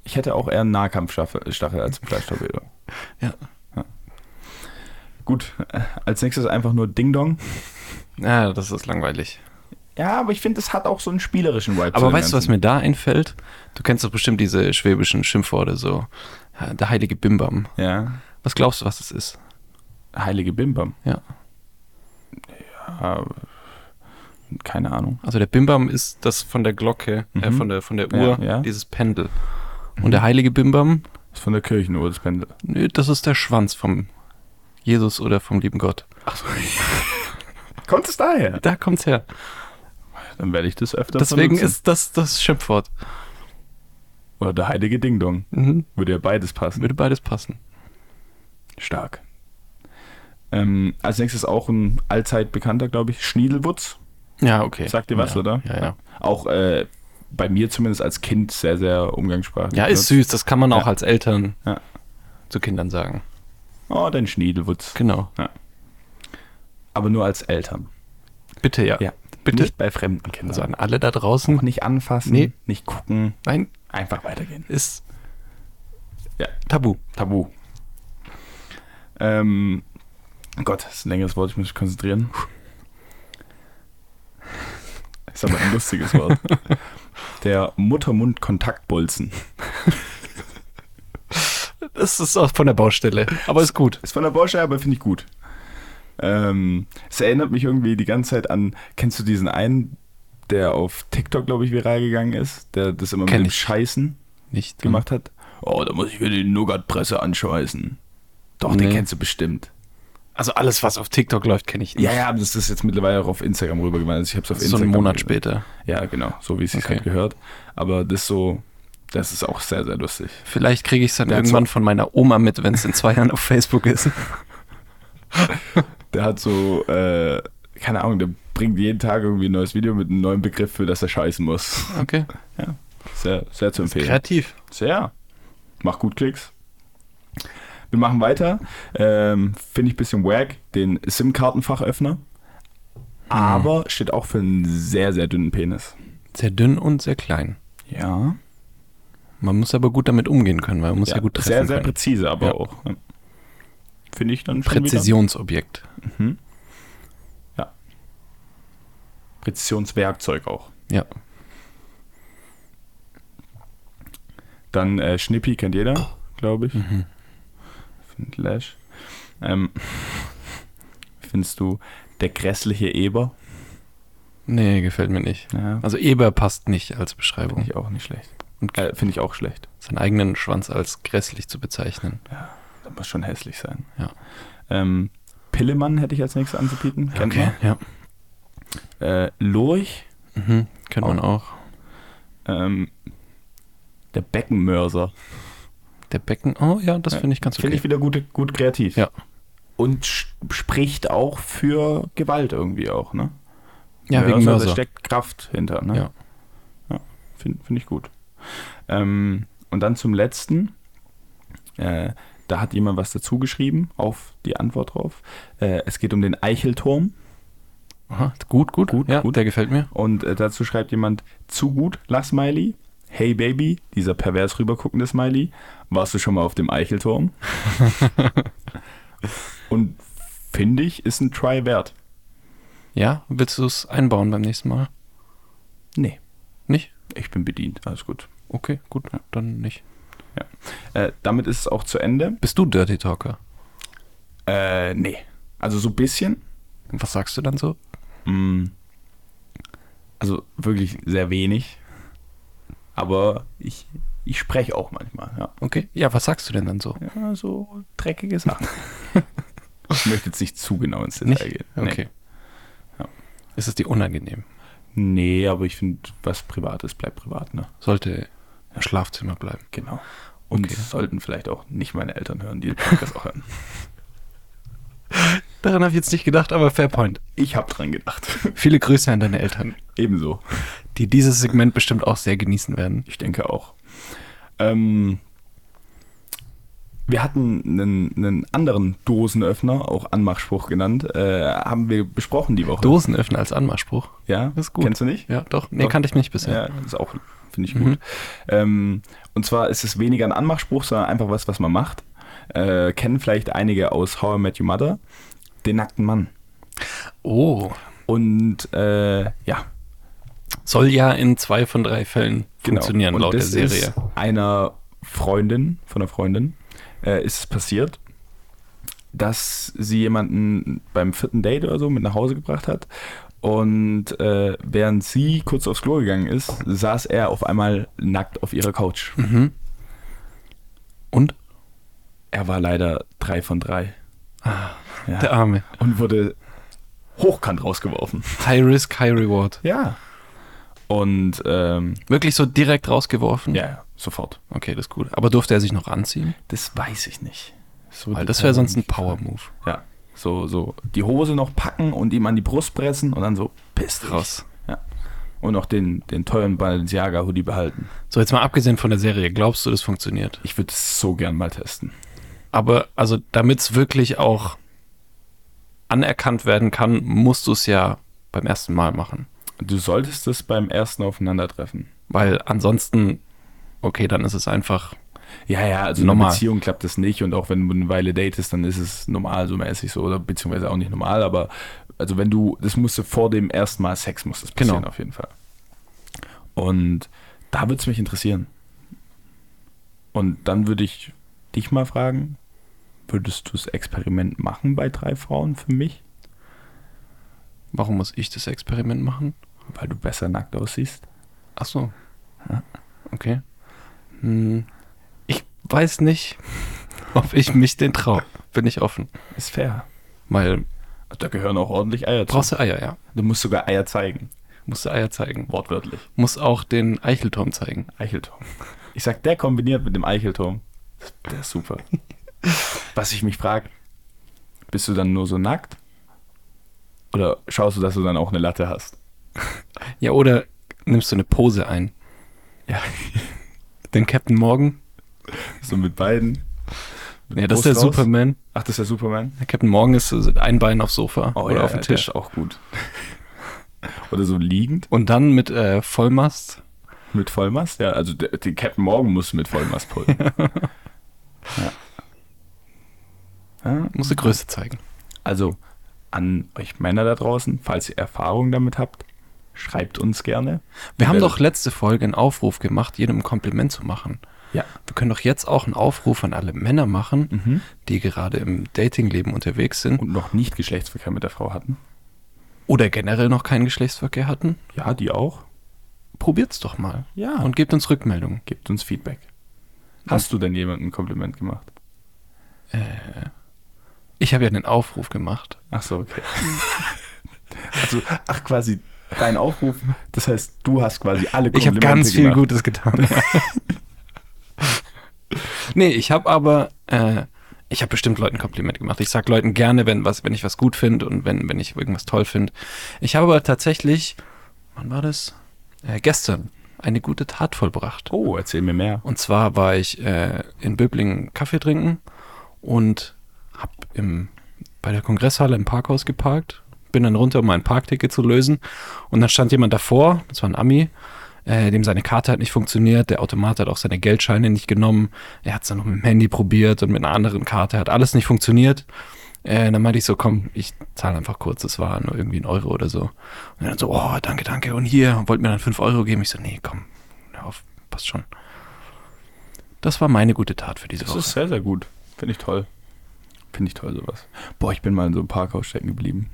S1: Ich hätte auch eher einen Nahkampfstachel Stachel als einen Fleischtorpedo.
S2: Ja.
S1: Ja. Gut, äh, als nächstes einfach nur Ding Dong.
S2: ja, das ist langweilig.
S1: Ja, aber ich finde, es hat auch so einen spielerischen Vibe.
S2: Aber weißt du, was
S1: mir
S2: mir da einfällt? Du kennst doch bestimmt diese schwäbischen Schimpfworte, so ja, der heilige Bimbam.
S1: Ja,
S2: Was glaubst du, was das ist?
S1: heilige Bimbam.
S2: Ja.
S1: Ja, keine Ahnung.
S2: Also der Bimbam ist das von der Glocke, äh,
S1: Mhm.
S2: von der von der
S1: Ja,
S2: Uhr,
S1: ja. Mhm.
S2: dieses Pendel. Und der heilige Bimbam,
S1: Ist von der Kirchenuhr, das Pendel.
S2: nö, das ist der Schwanz vom Jesus oder vom lieben Gott.
S1: Kommt es daher?
S2: Da kommt's her.
S1: Dann werde ich das öfter
S2: Deswegen
S1: benutzen.
S2: ist das das Schimpfwort.
S1: Oder der heilige Ding Dong.
S2: Mhm.
S1: Würde ja beides passen.
S2: Würde beides passen.
S1: Stark. Ähm, als nächstes auch ein allzeit bekannter, glaube ich, Schniedelwutz.
S2: Ja, okay.
S1: Sagt dir was,
S2: ja.
S1: oder?
S2: Ja, ja.
S1: Auch äh, bei mir zumindest als Kind sehr, sehr umgangssprachlich.
S2: Ja, ist süß.
S1: benutzt.
S2: Das kann man auch
S1: Ja.
S2: als Eltern
S1: Ja.
S2: zu Kindern sagen.
S1: Oh, dein Schniedelwutz.
S2: Genau.
S1: Aber nur als Eltern.
S2: Bitte, ja.
S1: Ja.
S2: Bitte.
S1: Nicht bei fremden Kindern.
S2: Also an alle da draußen.
S1: nicht anfassen,
S2: Nee.
S1: nicht gucken,
S2: Nein,
S1: einfach weitergehen.
S2: ist
S1: Ja.
S2: tabu.
S1: Tabu. Ähm, Gott, das ist ein längeres Wort, ich muss mich konzentrieren. Ist aber ein lustiges Wort. Der Muttermund-Kontaktbolzen.
S2: Das ist auch von der Baustelle. Aber ist gut.
S1: Ist von der Borsche, aber finde ich gut. Ähm, es erinnert mich irgendwie die ganze Zeit an, kennst du diesen einen, der auf TikTok, glaube ich, viral gegangen ist, der das immer
S2: Kenn
S1: mit dem
S2: ich.
S1: Scheißen
S2: Nicht
S1: gemacht hat? Oh, da muss ich wieder die Nougat-Presse anschmeißen. Doch, den
S2: Nee.
S1: kennst du bestimmt.
S2: Also alles, was auf TikTok läuft, kenne ich nicht.
S1: Ja, ja, aber das ist jetzt mittlerweile auch auf Instagram rübergegangen. Also ich habe es auf
S2: So
S1: Instagram.
S2: einen Monat
S1: gesehen.
S2: später.
S1: Ja, genau, so wie es sich
S2: Okay.
S1: halt gehört. Aber das so, das ist auch sehr, sehr lustig.
S2: Vielleicht kriege ich es dann
S1: Der hat
S2: irgendwann von meiner Oma mit, wenn es in zwei Jahren auf Facebook ist.
S1: Der hat so, äh, keine Ahnung, der bringt jeden Tag irgendwie ein neues Video mit einem neuen Begriff, für das er scheißen muss. *laughs*
S2: Okay.
S1: Sehr, sehr zu empfehlen.
S2: Kreativ.
S1: Sehr. Macht gut Klicks. Wir machen weiter. Ähm, Finde ich ein bisschen wack, den
S2: Hm.
S1: SIM-Kartenfachöffner. Aber steht auch für einen sehr, sehr dünnen Penis.
S2: Sehr dünn und sehr klein.
S1: Ja.
S2: Man muss aber gut damit umgehen können, weil man muss ja, gut treffen
S1: Sehr, sehr
S2: können.
S1: präzise, aber
S2: Ja.
S1: auch. ja. Finde ich dann schon
S2: Präzisionsobjekt.
S1: Wieder. Präzisionswerkzeug auch.
S2: Ja.
S1: Dann äh, Schnippi kennt jeder, glaube ich.
S2: Mhm.
S1: Find Lash. Ähm, *laughs* findest du der grässliche Eber?
S2: Nee, gefällt mir nicht.
S1: Ja,
S2: Also Eber passt nicht als Beschreibung.
S1: finde ich auch nicht schlecht.
S2: Und
S1: Äh, finde ich auch schlecht.
S2: seinen eigenen Schwanz als grässlich zu bezeichnen.
S1: Das muss schon hässlich sein.
S2: Ja.
S1: Ähm, Pillemann hätte ich als nächstes anzubieten. Kennt
S2: ja.
S1: man. Äh, Lurch.
S2: Mhm. Könnte man auch.
S1: Ähm, der Beckenmörser.
S2: Der Becken, oh ja, das
S1: Ja,
S2: finde ich ganz okay.
S1: Finde ich wieder gut, gut kreativ.
S2: Ja.
S1: Und sch- spricht auch für Gewalt irgendwie auch, ne? also
S2: ja, also wegen
S1: Da
S2: Mörser.
S1: steckt Kraft hinter, ne?
S2: Ja.
S1: ja Finde find ich gut. Ähm, und dann zum letzten. Äh, da hat jemand was dazu geschrieben, auf die Antwort drauf. Äh, es geht um den Eichelturm.
S2: Aha, gut, gut, gut, ja,
S1: gut.
S2: Der gefällt mir.
S1: Und äh, dazu schreibt jemand, zu gut, lass Smiley. Hey Baby, dieser pervers rüberguckende Smiley. Warst du schon mal auf dem Eichelturm? Und finde ich, ist ein Try wert.
S2: Ja, willst du es einbauen beim nächsten Mal?
S1: Nee,
S2: Nicht?
S1: ich bin bedient, alles gut.
S2: Okay, gut, dann nicht.
S1: Äh, damit ist es auch zu Ende.
S2: Bist du Dirty Talker?
S1: Äh, nee. Also so ein bisschen.
S2: Was sagst du dann so?
S1: Mm. Also wirklich sehr wenig. Aber ich, ich spreche auch manchmal, ja.
S2: Okay. Ja, was sagst du denn dann so?
S1: Ja, so dreckige Sachen. *laughs* ich möchte jetzt nicht zu genau ins
S2: Nicht?
S1: Detail gehen. Nee.
S2: Okay.
S1: Ja.
S2: Ist es dir unangenehm?
S1: Nee, aber ich finde, was Privates bleibt privat, ne?
S2: Sollte im Schlafzimmer bleiben.
S1: Genau. Und
S3: Okay.
S1: sollten vielleicht auch nicht meine Eltern hören, die den Podcast
S2: *laughs*
S1: auch hören.
S2: Daran habe ich jetzt nicht gedacht, aber fair point.
S1: Ich habe dran gedacht. *laughs*
S2: Viele Grüße an deine Eltern,
S1: Ebenso.
S2: die dieses Segment bestimmt auch sehr genießen werden.
S1: Ich denke auch. Ähm, wir hatten einen, einen anderen Dosenöffner, auch Anmachspruch genannt, äh, haben wir besprochen die Woche.
S2: Dosenöffner als Anmachspruch.
S1: ja,
S2: ist gut.
S1: Kennst du nicht?
S2: Ja, doch. Nee,
S1: Doch.
S2: kannte ich nicht bisher.
S1: Ja, ist auch, finde ich
S2: Mhm.
S1: gut. Ähm, und zwar ist es weniger ein Anmachspruch, sondern einfach was, was man macht. Äh, kennen vielleicht einige aus How I Met Your Mother, den nackten Mann.
S2: Oh,
S1: Und äh, ja,
S2: soll ja in zwei von drei Fällen
S1: genau.
S2: funktionieren
S1: und
S2: laut der
S1: das
S2: Serie.
S1: Ist einer Freundin, von einer Freundin, äh, ist es passiert, dass sie jemanden beim vierten Date oder so mit nach Hause gebracht hat. Und äh, während sie kurz aufs Klo gegangen ist, saß er auf einmal nackt auf ihrer Couch.
S2: Mhm. Und
S1: Er war leider drei von drei. Ja.
S2: der Arme.
S1: Und wurde hochkant rausgeworfen.
S2: High Risk, High Reward.
S1: Ja. Und ähm,
S2: Wirklich so direkt rausgeworfen?
S1: ja, ja, sofort.
S2: Okay, das ist gut. Aber durfte er sich noch anziehen?
S1: Das weiß ich nicht. So
S2: Weil
S1: die
S2: das wäre
S1: Teilung
S2: sonst ein
S1: nicht.
S2: Power-Move.
S1: Ja. So, so die Hose noch packen und ihm an die Brust pressen und dann so piss
S2: Raus.
S1: Und noch den, den teuren Balenciaga-Hoodie behalten.
S2: So, jetzt mal abgesehen von der Serie, glaubst du, das funktioniert?
S1: Ich würde es so gern mal testen.
S2: Aber also, damit es wirklich auch anerkannt werden kann, musst du es ja beim ersten Mal machen.
S1: Du solltest es beim ersten Aufeinandertreffen.
S2: Weil ansonsten, okay, dann ist es einfach.
S1: Ja, ja, also in einer
S2: Normal.
S1: Beziehung klappt das nicht und auch wenn du eine Weile datest, dann ist es normal so mäßig so oder beziehungsweise auch nicht normal, aber also wenn du, das musste vor dem ersten Mal Sex, muss das passieren
S2: Genau.
S1: auf jeden Fall. Und da würde es mich interessieren. Und dann würde ich dich mal fragen, würdest du das Experiment machen bei drei Frauen für mich,
S2: Warum muss ich das Experiment machen?
S1: weil du besser nackt aussiehst?
S2: Ach so. Okay. Hm, ich weiß nicht, *laughs* ob ich mich den traue. Bin ich offen.
S1: Ist fair.
S2: Weil
S1: Da gehören auch ordentlich Eier zu.
S2: brauchst du Eier, ja.
S1: Du musst sogar Eier zeigen,
S2: Musst du Eier zeigen.
S1: wortwörtlich.
S2: Muss auch den Eichelturm zeigen.
S1: Eichelturm. Ich sag, der kombiniert mit dem Eichelturm. Das- Der
S2: *laughs*
S1: ist super. Was ich mich frage, bist du dann nur so nackt? Oder schaust du, dass du dann auch eine Latte hast?
S2: Ja, oder nimmst du eine Pose ein?
S1: Ja.
S2: Den Captain Morgan?
S1: *laughs* So mit beiden? Mit
S2: Ja, das ist
S1: Brust
S2: der
S1: raus?
S2: Superman.
S1: Ach, das ist der Superman?
S2: Der Captain Morgan ist so ein Bein aufs Sofa oder
S1: Oh ja,
S2: auf dem
S1: der
S2: Tisch.
S1: ist auch
S2: *laughs*
S1: gut. Oder so liegend
S2: Und dann mit äh, Vollmast.
S1: mit Vollmast? Ja, also der, den Captain Morgan muss mit Vollmast pullen.
S2: *laughs*
S1: ja. Ja,
S2: Musst du Größe zeigen.
S1: Also an euch Männer da draußen, falls ihr Erfahrung damit habt, schreibt uns gerne.
S2: Wir haben
S1: Wer-
S2: doch letzte Folge einen Aufruf gemacht, jedem ein Kompliment zu machen.
S1: Ja.
S2: Wir können doch jetzt auch einen Aufruf an alle Männer machen, die gerade im Datingleben unterwegs sind
S1: Und noch nicht Geschlechtsverkehr mit der Frau hatten.
S2: oder generell noch keinen Geschlechtsverkehr hatten.
S1: Ja, die auch.
S2: Probiert's doch mal
S1: Ja.
S2: und
S1: Und
S2: gebt uns Rückmeldungen.
S1: gebt uns Feedback. Hast du denn jemandem ein Kompliment gemacht?
S2: Ich habe ja den Aufruf gemacht.
S1: Ach so, *laughs* okay. also, ach quasi dein Aufruf. Das heißt, du hast quasi alle
S2: Ich habe
S1: Komplimente
S2: ganz viel
S1: gemacht.
S2: Gutes getan. *laughs* nee, ich habe aber, äh, ich habe bestimmt Leuten Komplimente gemacht. Ich sag Leuten gerne, wenn, was, wenn ich was gut finde und wenn, wenn ich irgendwas toll finde. Ich habe aber tatsächlich, wann war das? Äh, gestern eine gute Tat vollbracht.
S1: Oh, erzähl mir mehr.
S2: Und zwar war ich äh, in Böblingen Kaffee trinken und habe im bei der Kongresshalle im Parkhaus geparkt, bin dann runter, um mein Parkticket zu lösen und dann stand jemand davor, das war ein Ami, äh, dem seine Karte hat nicht funktioniert, der Automat hat auch seine Geldscheine nicht genommen, er hat es dann noch mit dem Handy probiert und mit einer anderen Karte, hat alles nicht funktioniert. Äh, dann meinte ich so, komm, ich zahle einfach kurz, das war nur irgendwie ein Euro oder so. Und dann so, oh, danke, danke, und hier, wollt mir dann fünf Euro geben? Ich so, nee, komm, hör auf, passt schon. Das war meine gute Tat für diese
S1: Das
S2: Woche.
S1: ist sehr, sehr gut. Finde ich toll. Finde ich toll, sowas. Boah, ich bin mal in so einem Parkhaus stecken geblieben.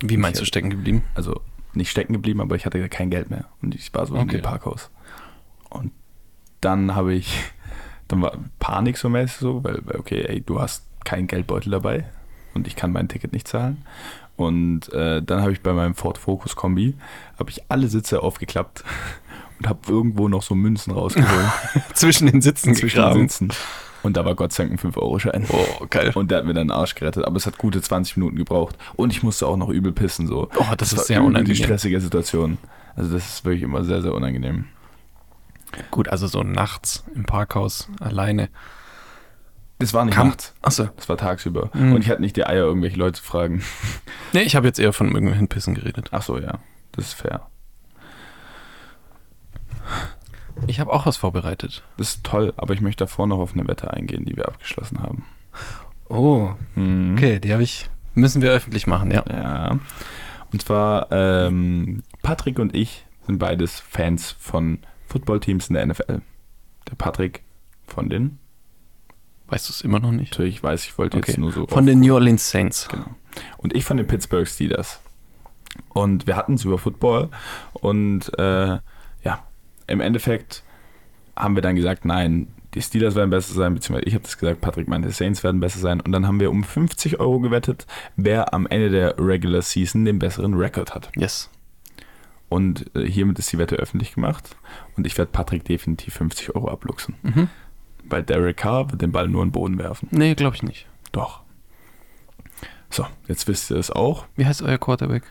S2: Wie meinst du stecken geblieben?
S1: also nicht stecken geblieben, aber ich hatte kein Geld mehr und ich war so in
S2: Okay.
S1: dem Parkhaus. Und dann habe ich, *laughs* dann war Panik so mäßig so, weil, weil, okay, ey, du hast keinen Geldbeutel dabei und ich kann mein Ticket nicht zahlen. Und äh, dann habe ich bei meinem Ford Focus Kombi, habe ich alle Sitze aufgeklappt *laughs* und habe irgendwo noch so Münzen rausgeholt.
S2: Zwischen den Sitzen
S1: zwischen den
S2: gegraben.
S1: Sitzen. Und da war Gott sei Dank ein 5-Euro-Schein.
S2: Oh, geil.
S1: Und der hat mir dann den Arsch gerettet. Aber es hat gute 20 Minuten gebraucht. Und ich musste auch noch übel pissen. So.
S2: Oh, das ist sehr
S1: übel
S2: unangenehm.
S1: Die stressige Situation. Also das ist wirklich immer sehr, sehr unangenehm.
S2: Gut, also so nachts im Parkhaus alleine.
S1: Das war nicht
S2: Kam-
S1: nachts.
S2: Achso.
S1: Das war tagsüber.
S2: Mhm.
S1: Und ich hatte nicht die Eier, irgendwelche Leute zu fragen.
S2: Nee, ich habe jetzt eher von irgendwelchen Pissen geredet.
S1: Ach so, ja. Das ist fair.
S2: Ich habe auch was vorbereitet.
S1: Das ist toll. Aber ich möchte davor noch auf eine Wette eingehen, die wir abgeschlossen haben.
S2: Oh,
S1: Mhm.
S2: okay, die habe ich. Müssen wir öffentlich machen, ja.
S1: Ja. Und zwar, ähm, Patrick und ich sind beides Fans von Footballteams in der NFL. Der Patrick von den,
S2: Weißt du es immer noch nicht?
S1: natürlich ich weiß, ich wollte
S2: Okay.
S1: jetzt nur so.
S2: Von den New Orleans Saints.
S1: genau. Und ich von den Pittsburgh Steelers. Und wir hatten es über Football. Und äh, ja, im Endeffekt haben wir dann gesagt, nein, die Steelers werden besser sein, beziehungsweise ich habe das gesagt, Patrick meinte, die Saints werden besser sein. Und dann haben wir um 50 Euro gewettet, wer am Ende der Regular Season den besseren Rekord hat.
S2: Yes.
S1: Und äh, hiermit ist die Wette öffentlich gemacht. Und ich werde Patrick definitiv 50 Euro abluchsen.
S2: Mhm.
S1: Weil Derek Carr wird den Ball nur in den Boden werfen.
S2: Nee, glaube ich nicht.
S1: Doch. So, jetzt wisst ihr es auch.
S2: Wie heißt euer Quarterback?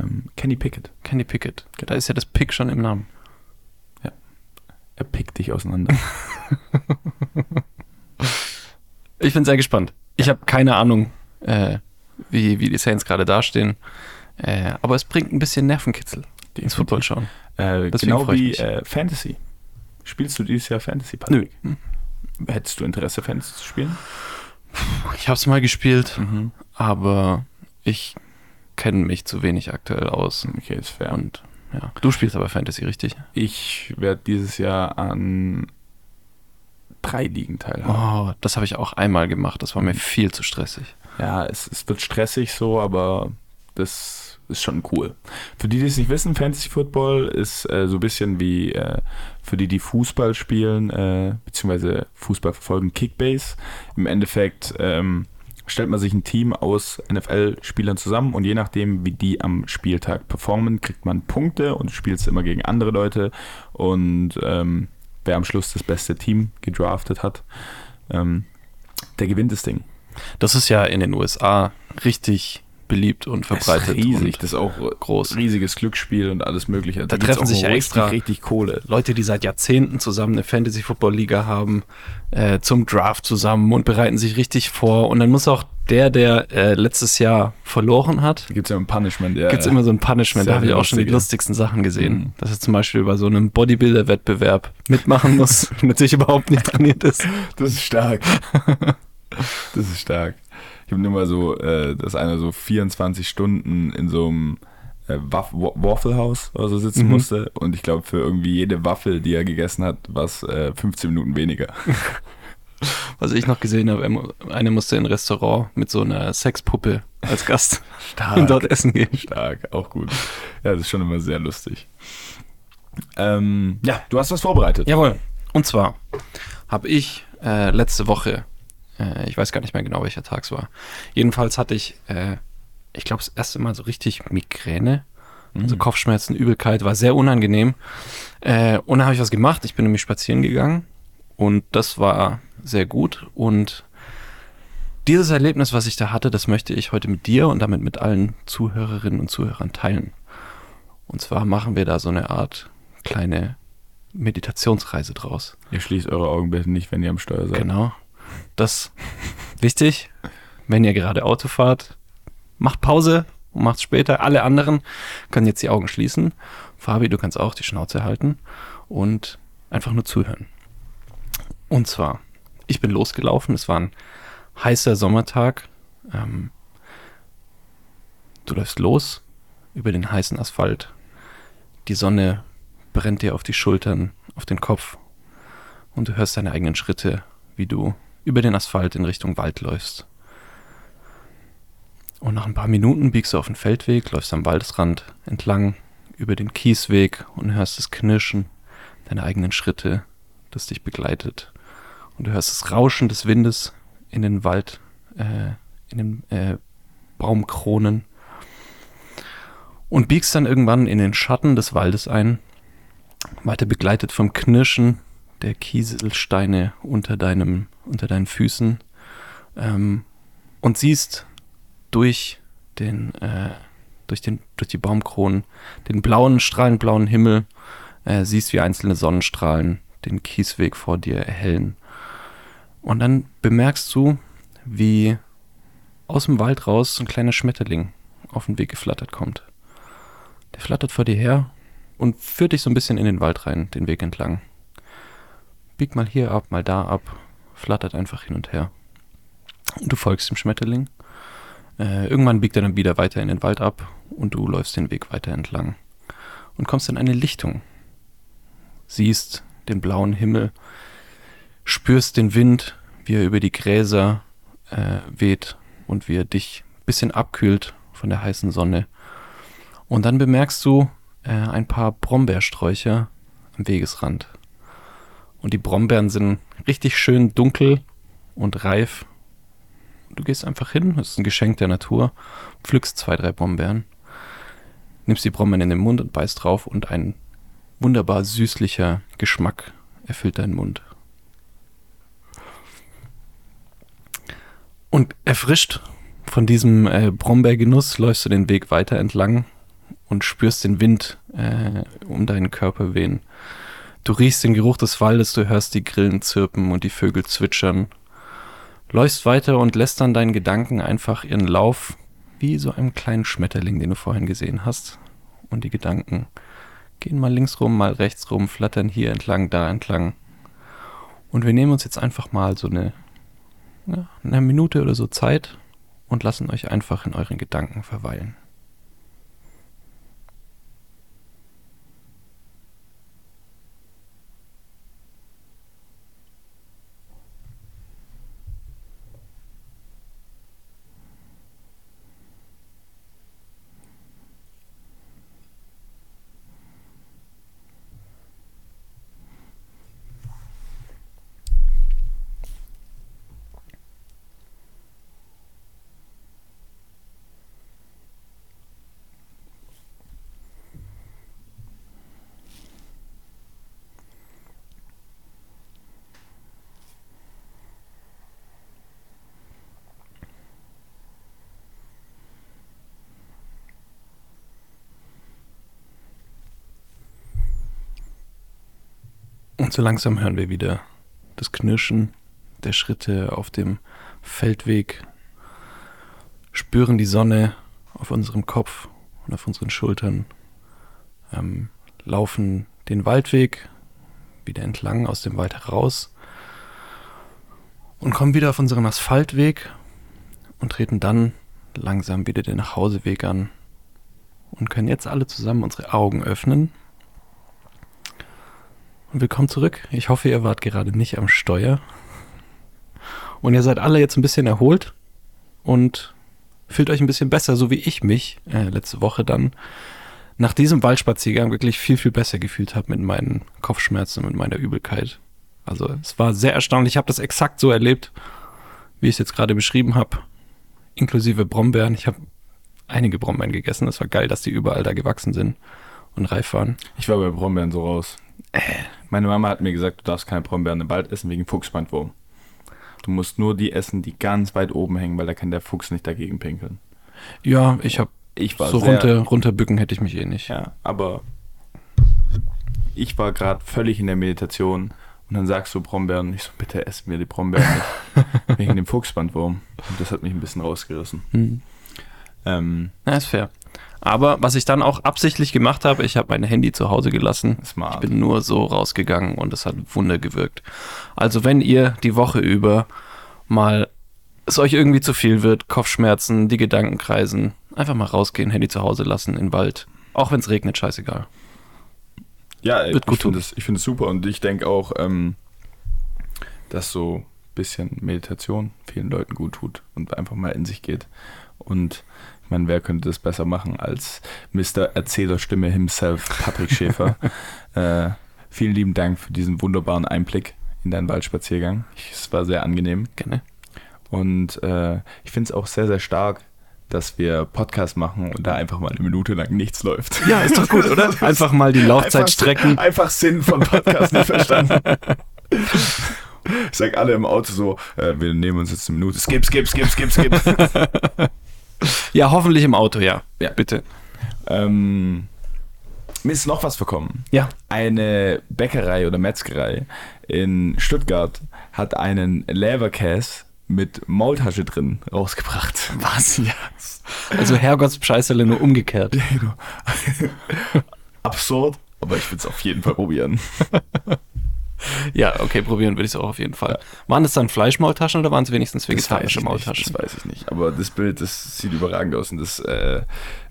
S1: Ähm, Kenny Pickett.
S2: Kenny Pickett. Da ist ja das Pick schon im Namen.
S1: Er pickt dich
S2: *laughs*
S1: auseinander.
S2: Ich bin sehr gespannt. Ich habe keine Ahnung, äh, wie, wie die Saints gerade dastehen. Äh, aber es bringt ein bisschen Nervenkitzel ins Football schauen.
S1: Äh,
S2: Deswegen
S1: genau
S2: freu ich
S1: wie
S2: mich.
S1: äh, Fantasy. Spielst du dieses Jahr Fantasy, Patrick? Nö. Hättest du Interesse, Fantasy zu spielen?
S2: Ich habe es mal gespielt, aber ich kenne mich zu wenig aktuell aus.
S1: Okay, ist fair.
S2: Und ja, du spielst aber Fantasy, richtig?
S1: ich werde dieses Jahr an drei Ligen teilhaben.
S2: Oh, das habe ich auch einmal gemacht. Das war mir viel zu stressig.
S1: Ja, es, es wird stressig so, aber das ist schon cool. Für die, die es nicht wissen, Fantasy Football ist äh, so ein bisschen wie äh, für die, die Fußball spielen, äh, beziehungsweise Fußball verfolgen, Kickbase. Im Endeffekt ähm, stellt man sich ein Team aus NFL-Spielern zusammen und je nachdem, wie die am Spieltag performen, kriegt man Punkte und spielt es immer gegen andere Leute. Und ähm, wer am Schluss das beste Team gedraftet hat, ähm, der gewinnt das Ding.
S2: Das ist ja in den USA richtig beliebt und verbreitet.
S1: Das ist riesig,
S2: Und
S1: das ist auch
S2: groß.
S1: riesiges Glücksspiel und alles mögliche.
S2: Da
S1: gibt's
S2: treffen
S1: auch
S2: sich ja
S1: richtig,
S2: extra-
S1: richtig Kohle.
S2: Leute, die seit Jahrzehnten zusammen eine Fantasy-Football-Liga haben, äh, zum Draft zusammen und bereiten sich richtig vor. Und dann muss auch der, der äh, letztes Jahr verloren hat,
S1: Da gibt es ja ein Punishment. Ja,
S2: gibt's immer so ein Punishment. Da
S1: Sehr
S2: habe ich auch schon die
S1: lustig, ja.
S2: lustigsten Sachen gesehen.
S1: Mhm.
S2: Dass er zum Beispiel bei so einem Bodybuilder-Wettbewerb mitmachen
S1: *laughs*
S2: muss, *laughs* und natürlich überhaupt nicht trainiert ist.
S1: *laughs* Das ist stark. *laughs* das ist stark. Ich habe nur mal so, äh, dass einer so 24 Stunden in so einem äh, Waff- Wa- Waffle House oder so sitzen
S2: Mhm.
S1: musste und ich glaube für irgendwie jede Waffel, die er gegessen hat, war es äh, 15 Minuten weniger.
S2: Was ich noch gesehen habe, er- einer musste in ein Restaurant mit so einer Sexpuppe als Gast
S1: Ah,
S2: und dort essen gehen.
S1: Stark, auch gut. Ja, das ist schon immer sehr lustig. Ähm, ja, du hast was vorbereitet.
S2: Jawohl. Und zwar habe ich äh, letzte Woche, äh, ich weiß gar nicht mehr genau, welcher Tag es war. Jedenfalls hatte ich, äh, ich glaube, das erste Mal so richtig Migräne. Also Kopfschmerzen, Übelkeit, war sehr unangenehm. Äh, und da habe ich was gemacht. Ich bin nämlich spazieren gegangen und das war sehr gut. Und dieses Erlebnis, was ich da hatte, das möchte ich heute mit dir und damit mit allen Zuhörerinnen und Zuhörern teilen. Und zwar machen wir da so eine Art kleine Meditationsreise draus.
S1: Ihr schließt eure Augen bitte nicht, wenn ihr am Steuer seid.
S2: Genau. Das wichtig, wenn ihr gerade Auto fahrt, macht Pause und macht später. Alle anderen können jetzt die Augen schließen. Fabi, du kannst auch die Schnauze halten und einfach nur zuhören. Und zwar, ich bin losgelaufen, es war ein heißer Sommertag. Ähm, du läufst los über den heißen Asphalt. Die Sonne brennt dir auf die Schultern, auf den Kopf und du hörst deine eigenen Schritte, wie du über den Asphalt in Richtung Wald läufst. Und nach ein paar Minuten biegst du auf den Feldweg, läufst am Waldesrand entlang über den Kiesweg und hörst das Knirschen deiner eigenen Schritte, das dich begleitet. Und du hörst das Rauschen des Windes in den Wald, äh, in den äh, Baumkronen. Und biegst dann irgendwann in den Schatten des Waldes ein weiter begleitet vom Knirschen der Kieselsteine unter, deinem, unter deinen Füßen ähm, und siehst durch den, äh, durch den, durch die Baumkronen den blauen, strahlend blauen Himmel, äh, siehst wie einzelne Sonnenstrahlen den Kiesweg vor dir erhellen. Und dann bemerkst du, wie aus dem Wald raus so ein kleiner Schmetterling auf den Weg geflattert kommt. Der flattert vor dir her und führt dich so ein bisschen in den Wald rein, den Weg entlang. Biegt mal hier ab, mal da ab, flattert einfach hin und her. Und du folgst dem Schmetterling. Äh, irgendwann biegt er dann wieder weiter in den Wald ab und du läufst den Weg weiter entlang und kommst in eine Lichtung. Siehst den blauen Himmel, spürst den Wind, wie er über die Gräser äh, weht und wie er dich ein bisschen abkühlt von der heißen Sonne. Und dann bemerkst du äh, ein paar Brombeersträucher am Wegesrand. Und die Brombeeren sind richtig schön dunkel und reif. Du gehst einfach hin, das ist ein Geschenk der Natur, pflückst zwei, drei Brombeeren, nimmst die Brombeeren in den Mund und beißt drauf und ein wunderbar süßlicher Geschmack erfüllt deinen Mund. Und erfrischt von diesem äh, Brombeergenuss läufst du den Weg weiter entlang und spürst den Wind äh, um deinen Körper wehen. Du riechst den Geruch des Waldes, du hörst die Grillen zirpen und die Vögel zwitschern. Läufst weiter und lässt dann deinen Gedanken einfach ihren Lauf, wie so einem kleinen Schmetterling, den du vorhin gesehen hast. Und die Gedanken gehen mal links rum, mal rechts rum, flattern hier entlang, da entlang. Und wir nehmen uns jetzt einfach mal so eine, ja, eine Minute oder so Zeit und lassen euch einfach in euren Gedanken verweilen. Und so langsam hören wir wieder das Knirschen der Schritte auf dem Feldweg, spüren die Sonne auf unserem Kopf und auf unseren Schultern, ähm, laufen den Waldweg wieder entlang aus dem Wald heraus und kommen wieder auf unseren Asphaltweg und treten dann langsam wieder den Nachhauseweg an und können jetzt alle zusammen unsere Augen öffnen und willkommen zurück. Ich hoffe, ihr wart gerade nicht am Steuer. Und ihr seid alle jetzt ein bisschen erholt und fühlt euch ein bisschen besser, so wie ich mich äh, letzte Woche dann nach diesem Waldspaziergang wirklich viel, viel besser gefühlt habe mit meinen Kopfschmerzen und mit meiner Übelkeit. Also es war sehr erstaunlich. Ich habe das exakt so erlebt, wie ich es jetzt gerade beschrieben habe, inklusive Brombeeren. Ich habe einige Brombeeren gegessen. Es war geil, dass die überall da gewachsen sind und reif waren.
S1: Ich war bei Brombeeren so raus. Meine Mama hat mir gesagt, du darfst keine Brombeeren im Wald essen wegen Fuchsbandwurm. Du musst nur die essen, die ganz weit oben hängen, weil da kann der Fuchs nicht dagegen pinkeln.
S2: Ja, ich habe
S1: Ich war
S2: so
S1: sehr,
S2: runter, runterbücken hätte ich mich eh nicht.
S1: Ja, aber ich war gerade völlig in der Meditation und dann sagst du Brombeeren, ich so, bitte ess mir die Brombeeren
S2: *laughs*
S1: nicht wegen dem Fuchsbandwurm. Und das hat mich ein bisschen rausgerissen.
S2: Hm.
S1: Ähm,
S2: Na, ist fair. Aber was ich dann auch absichtlich gemacht habe, ich habe mein Handy zu Hause gelassen. Ich
S1: smart.
S2: bin nur so rausgegangen und es hat Wunder gewirkt. Also wenn ihr die Woche über mal es euch irgendwie zu viel wird, Kopfschmerzen, die Gedanken kreisen, einfach mal rausgehen, Handy zu Hause lassen, in den Wald. Auch wenn es regnet, scheißegal.
S1: Ja, ey,
S2: Wird gut
S1: ich finde
S2: tun.
S1: es find super und ich denke auch, ähm, dass so ein bisschen Meditation vielen Leuten gut tut und einfach mal in sich geht. Und ich meine, wer könnte das besser machen als Mr. Erzählerstimme himself,
S2: *laughs*
S1: Patrick Schäfer? äh, vielen lieben Dank für diesen wunderbaren Einblick in deinen Waldspaziergang. Ich, es war sehr angenehm.
S2: Gerne.
S1: Und äh, ich finde es auch sehr, sehr stark, dass wir Podcast machen und da einfach mal eine Minute lang nichts läuft.
S2: Ja, ist doch gut, oder? Einfach mal die Laufzeit strecken.
S1: Einfach, einfach Sinn von Podcast nicht verstanden. Ich sag alle im Auto so, äh, wir nehmen uns jetzt eine Minute. Skip, skip, skip, skip, skip.
S2: Ja, hoffentlich im Auto, ja.
S1: Ja.
S2: Bitte.
S1: ähm, mir ist noch was verkommen.
S2: Ja.
S1: Eine Bäckerei oder Metzgerei in Stuttgart hat einen Leverkäse mit Maultasche drin rausgebracht.
S2: Was? Ja. Also Herrgotts Scheißerle nur umgekehrt.
S1: *laughs* Absurd, aber ich will es auf jeden Fall probieren.
S2: Ja, okay, probieren würde ich es auch auf jeden Fall. Waren es dann Fleischmaultaschen oder waren es wenigstens vegetarische
S1: Das weiß ich
S2: Maultaschen?
S1: Nicht, das weiß ich nicht. Aber das Bild, das sieht überragend aus und das äh,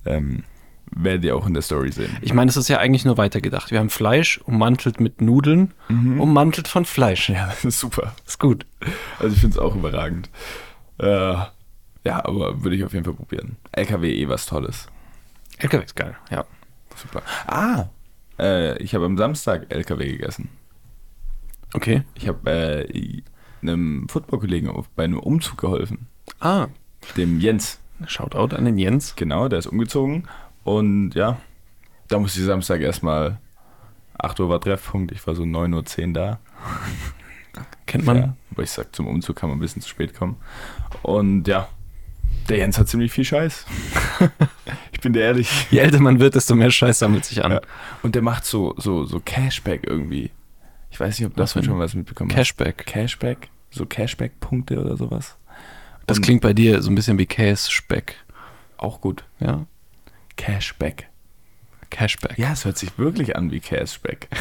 S1: ähm, werdet ihr auch in der Story sehen. *laughs*
S2: Ich meine, es ist ja eigentlich nur weitergedacht. Wir haben Fleisch ummantelt mit Nudeln, ummantelt von Fleisch.
S1: Ja, das ist super.
S2: Ist gut.
S1: Also ich finde es auch überragend. Äh, ja, aber würde ich auf jeden Fall probieren. LKW eh was Tolles.
S2: LKW ist geil, ja.
S1: Super. Ah, äh, ich habe am Samstag LKW gegessen.
S2: Okay.
S1: Ich habe äh, einem Footballkollegen auf- bei einem Umzug geholfen.
S2: Ah,
S1: Dem Jens.
S2: Shoutout an den Jens.
S1: Genau, der ist umgezogen. Und ja, da musste ich Samstag erstmal 8 Uhr war Treffpunkt. Ich war so 9.10 Uhr da.
S2: Kennt man.
S1: Ja, aber ich sag, zum Umzug kann man ein bisschen zu spät kommen. Und ja, der Jens hat ziemlich viel Scheiß. *laughs* ich bin dir ehrlich.
S2: Je älter man wird, desto mehr Scheiß sammelt sich an.
S1: Ja. Und der macht so, so, so Cashback irgendwie. Ich weiß nicht, ob
S2: Was
S1: das
S2: denn?
S1: schon was mitbekommen hast.
S2: Cashback.
S1: Cashback, so Cashback-Punkte oder sowas.
S2: Das
S1: Und-
S2: klingt bei dir so ein bisschen wie Kässpeck.
S1: Auch gut.
S2: Ja.
S1: Cashback.
S2: Cashback.
S1: Ja, es hört sich wirklich an wie Cashback. *laughs*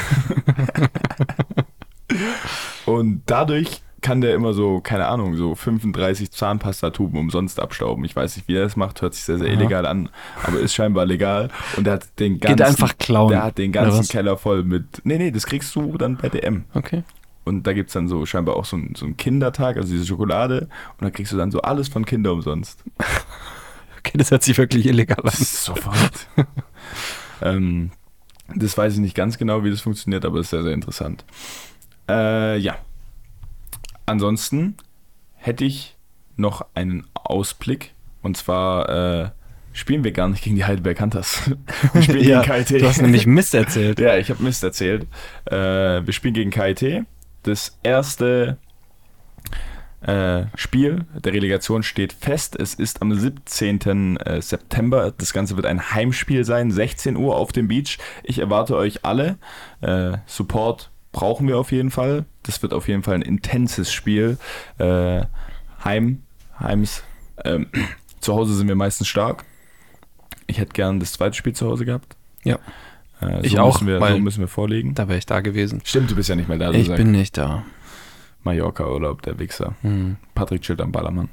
S1: Und dadurch kann der immer so, keine Ahnung, so 35 Zahnpastatuben umsonst abstauben. Ich weiß nicht, wie er das macht, hört sich sehr, sehr
S2: Aha.
S1: illegal an, aber ist scheinbar legal. Und der hat den ganzen,
S2: Geht einfach klauen.
S1: der hat den
S2: oder
S1: ganzen
S2: was?
S1: Keller voll mit, nee, nee, das kriegst du dann bei DM.
S2: Okay.
S1: Und da gibt es dann so scheinbar auch so einen, so einen Kindertag, also diese Schokolade. Und da kriegst du dann so alles von Kinder umsonst.
S2: Okay, das hört sich wirklich illegal an.
S1: Das ist so verrückt. *laughs* ähm, das weiß ich nicht ganz genau, wie das funktioniert, aber ist sehr, sehr interessant. Äh, ja. Ansonsten hätte ich noch einen Ausblick. Und zwar äh, spielen wir gar nicht gegen die Heidelberg Hunters. *laughs* Wir
S2: *laughs*
S1: spielen
S2: Ja,
S1: gegen KIT.
S2: Du hast nämlich Mist erzählt.
S1: Ja, ich habe Mist erzählt. Äh, wir spielen gegen KIT. Das erste äh, Spiel der Relegation steht fest. Es ist am 17. äh, September. Das Ganze wird ein Heimspiel sein, 16 Uhr auf dem Beach. Ich erwarte euch alle. Äh, Support brauchen wir auf jeden Fall. Das wird auf jeden Fall ein intenses Spiel. Äh, Heim, Heims. Ähm, zu Hause sind wir meistens stark. Ich hätte gern das zweite Spiel zu Hause gehabt.
S2: Ja.
S1: Äh, so
S2: Ich auch,
S1: Müssen wir,
S2: weil-
S1: so müssen wir vorlegen.
S2: Da wäre ich da gewesen.
S1: Stimmt, du bist ja nicht mehr da. du
S2: Ich
S1: sagst
S2: bin nicht da.
S1: Mallorca-Urlaub, der Wichser.
S2: Hm.
S1: Patrick chillt am Ballermann.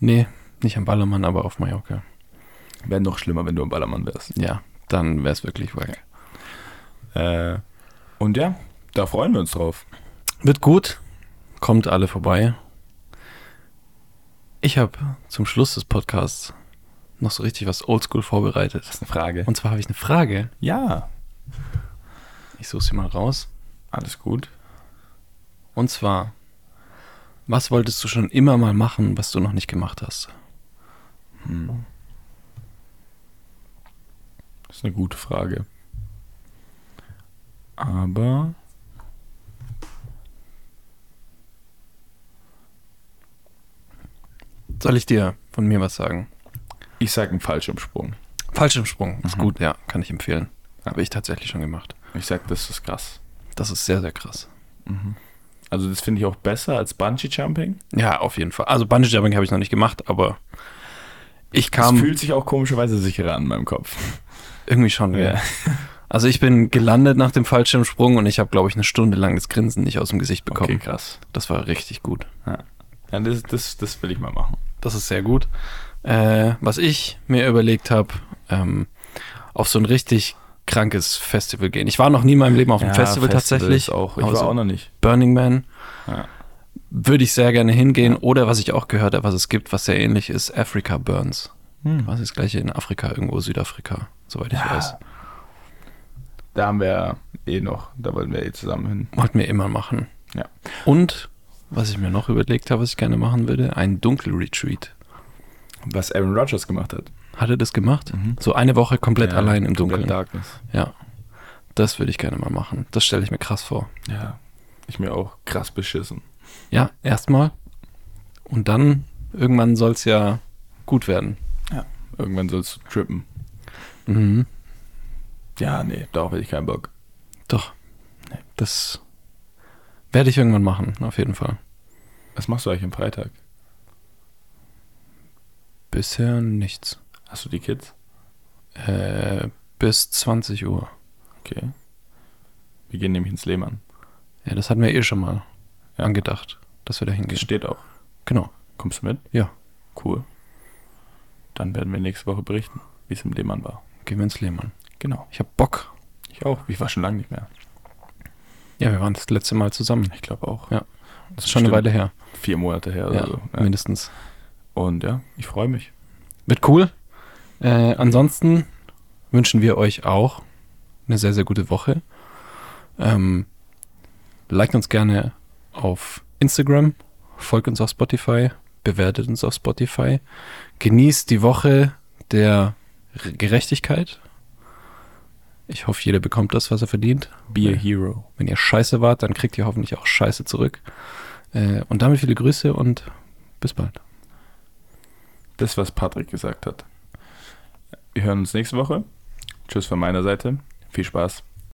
S2: Nee, nicht am Ballermann, aber auf Mallorca.
S1: Wäre noch schlimmer, wenn du am Ballermann wärst.
S2: Ja, dann wäre es wirklich wack.
S1: Äh, und ja, da freuen wir uns drauf.
S2: Wird gut. Kommt alle vorbei. Ich habe zum Schluss des Podcasts noch so richtig was Oldschool vorbereitet.
S1: Das ist eine Frage.
S2: Und zwar habe ich eine Frage.
S1: ja,
S2: Ich suche sie mal raus.
S1: alles gut.
S2: Und zwar, was wolltest du schon immer mal machen, was du noch nicht gemacht hast?
S1: Das ist eine gute Frage. Aber.
S2: Soll ich dir von mir was sagen?
S1: Ich sag einen Fallschirmsprung.
S2: Fallschirmsprung ist gut, ja, kann ich empfehlen. Habe ich tatsächlich schon gemacht.
S1: Ich sag, das ist krass.
S2: Das ist sehr, sehr krass.
S1: Also, das finde ich auch besser als Bungee-Jumping.
S2: Ja, auf jeden Fall. Also Bungee Jumping habe ich noch nicht gemacht, aber ich
S1: Das
S2: kam
S1: fühlt sich auch komischerweise sicherer an in meinem Kopf.
S2: irgendwie schon. gell. *laughs* Also ich bin gelandet nach dem Fallschirmsprung und ich habe, glaube ich, eine Stunde lang das Grinsen nicht aus dem Gesicht bekommen.
S1: Okay, krass.
S2: Das war richtig gut.
S1: Ja, das, das, das will ich mal machen.
S2: Das ist sehr gut. Äh, was ich mir überlegt habe, ähm, auf so ein richtig krankes Festival gehen. Ich war noch nie in meinem Leben auf einem Festival, tatsächlich.
S1: ist Auch. Ich
S2: außer
S1: war auch noch nicht.
S2: Burning Man.
S1: Ja.
S2: Würde ich sehr gerne hingehen. Oder was ich auch gehört habe, was es gibt, was sehr ähnlich ist, Africa Burns.
S1: Hm.
S2: Was ist das gleiche in Afrika, irgendwo Südafrika, soweit ich
S1: Ja.
S2: weiß.
S1: Da haben wir eh noch, da wollten wir eh zusammen hin.
S2: Wollten wir immer machen.
S1: Ja.
S2: Und was ich mir noch überlegt habe, was ich gerne machen würde, ein Dunkelretreat.
S1: Was Aaron Rodgers gemacht hat.
S2: Hat er das gemacht?
S1: Mhm.
S2: So eine Woche komplett
S1: Ja,
S2: allein im
S1: Komplett
S2: Dunkeln.
S1: Darkness.
S2: Ja. Das würde ich gerne mal machen. Das stelle ich mir krass vor.
S1: Ja. Ich mir auch krass beschissen.
S2: Ja, erstmal. Und dann irgendwann soll es ja gut werden.
S1: Irgendwann sollst du trippen.
S2: Mhm.
S1: Ja, nee, darauf hätte ich keinen Bock.
S2: Doch. Das werde ich irgendwann machen, auf jeden Fall.
S1: Was machst du eigentlich am Freitag?
S2: Bisher nichts.
S1: Hast du die Kids?
S2: Äh, bis 20 Uhr.
S1: Okay. Wir gehen nämlich ins Lehmann.
S2: Ja, das hatten wir eh schon mal
S1: Ja.
S2: angedacht, dass wir da
S1: Das
S2: hingehen.
S1: steht auch.
S2: Genau.
S1: Kommst du mit?
S2: Ja.
S1: Cool. Dann werden wir nächste Woche berichten, wie es im Lehmann war.
S2: Gehen wir ins Lehmann.
S1: Genau.
S2: Ich hab Bock.
S1: Ich auch. Ich war schon lange nicht mehr.
S2: Ja, wir waren das letzte Mal zusammen.
S1: Ich glaube auch.
S2: Ja. Das ist schon eine
S1: Stimmt.
S2: Weile her.
S1: Vier Monate her oder
S2: ja,
S1: so. Ja.
S2: mindestens.
S1: Und ja, ich freue mich.
S2: Wird cool. Äh, ansonsten wünschen wir euch auch eine sehr, sehr gute Woche. Ähm, liked uns gerne auf Instagram, folgt uns auf Spotify, bewertet uns auf Spotify. Genießt die Woche der R- Gerechtigkeit. Ich hoffe, jeder bekommt das, was er verdient.
S1: Be a Hero.
S2: Wenn ihr scheiße wart, dann kriegt ihr hoffentlich auch scheiße zurück. Äh, und damit viele Grüße und bis bald.
S1: Das, was Patrick gesagt hat. Wir hören uns nächste Woche. Tschüss von meiner Seite. Viel Spaß.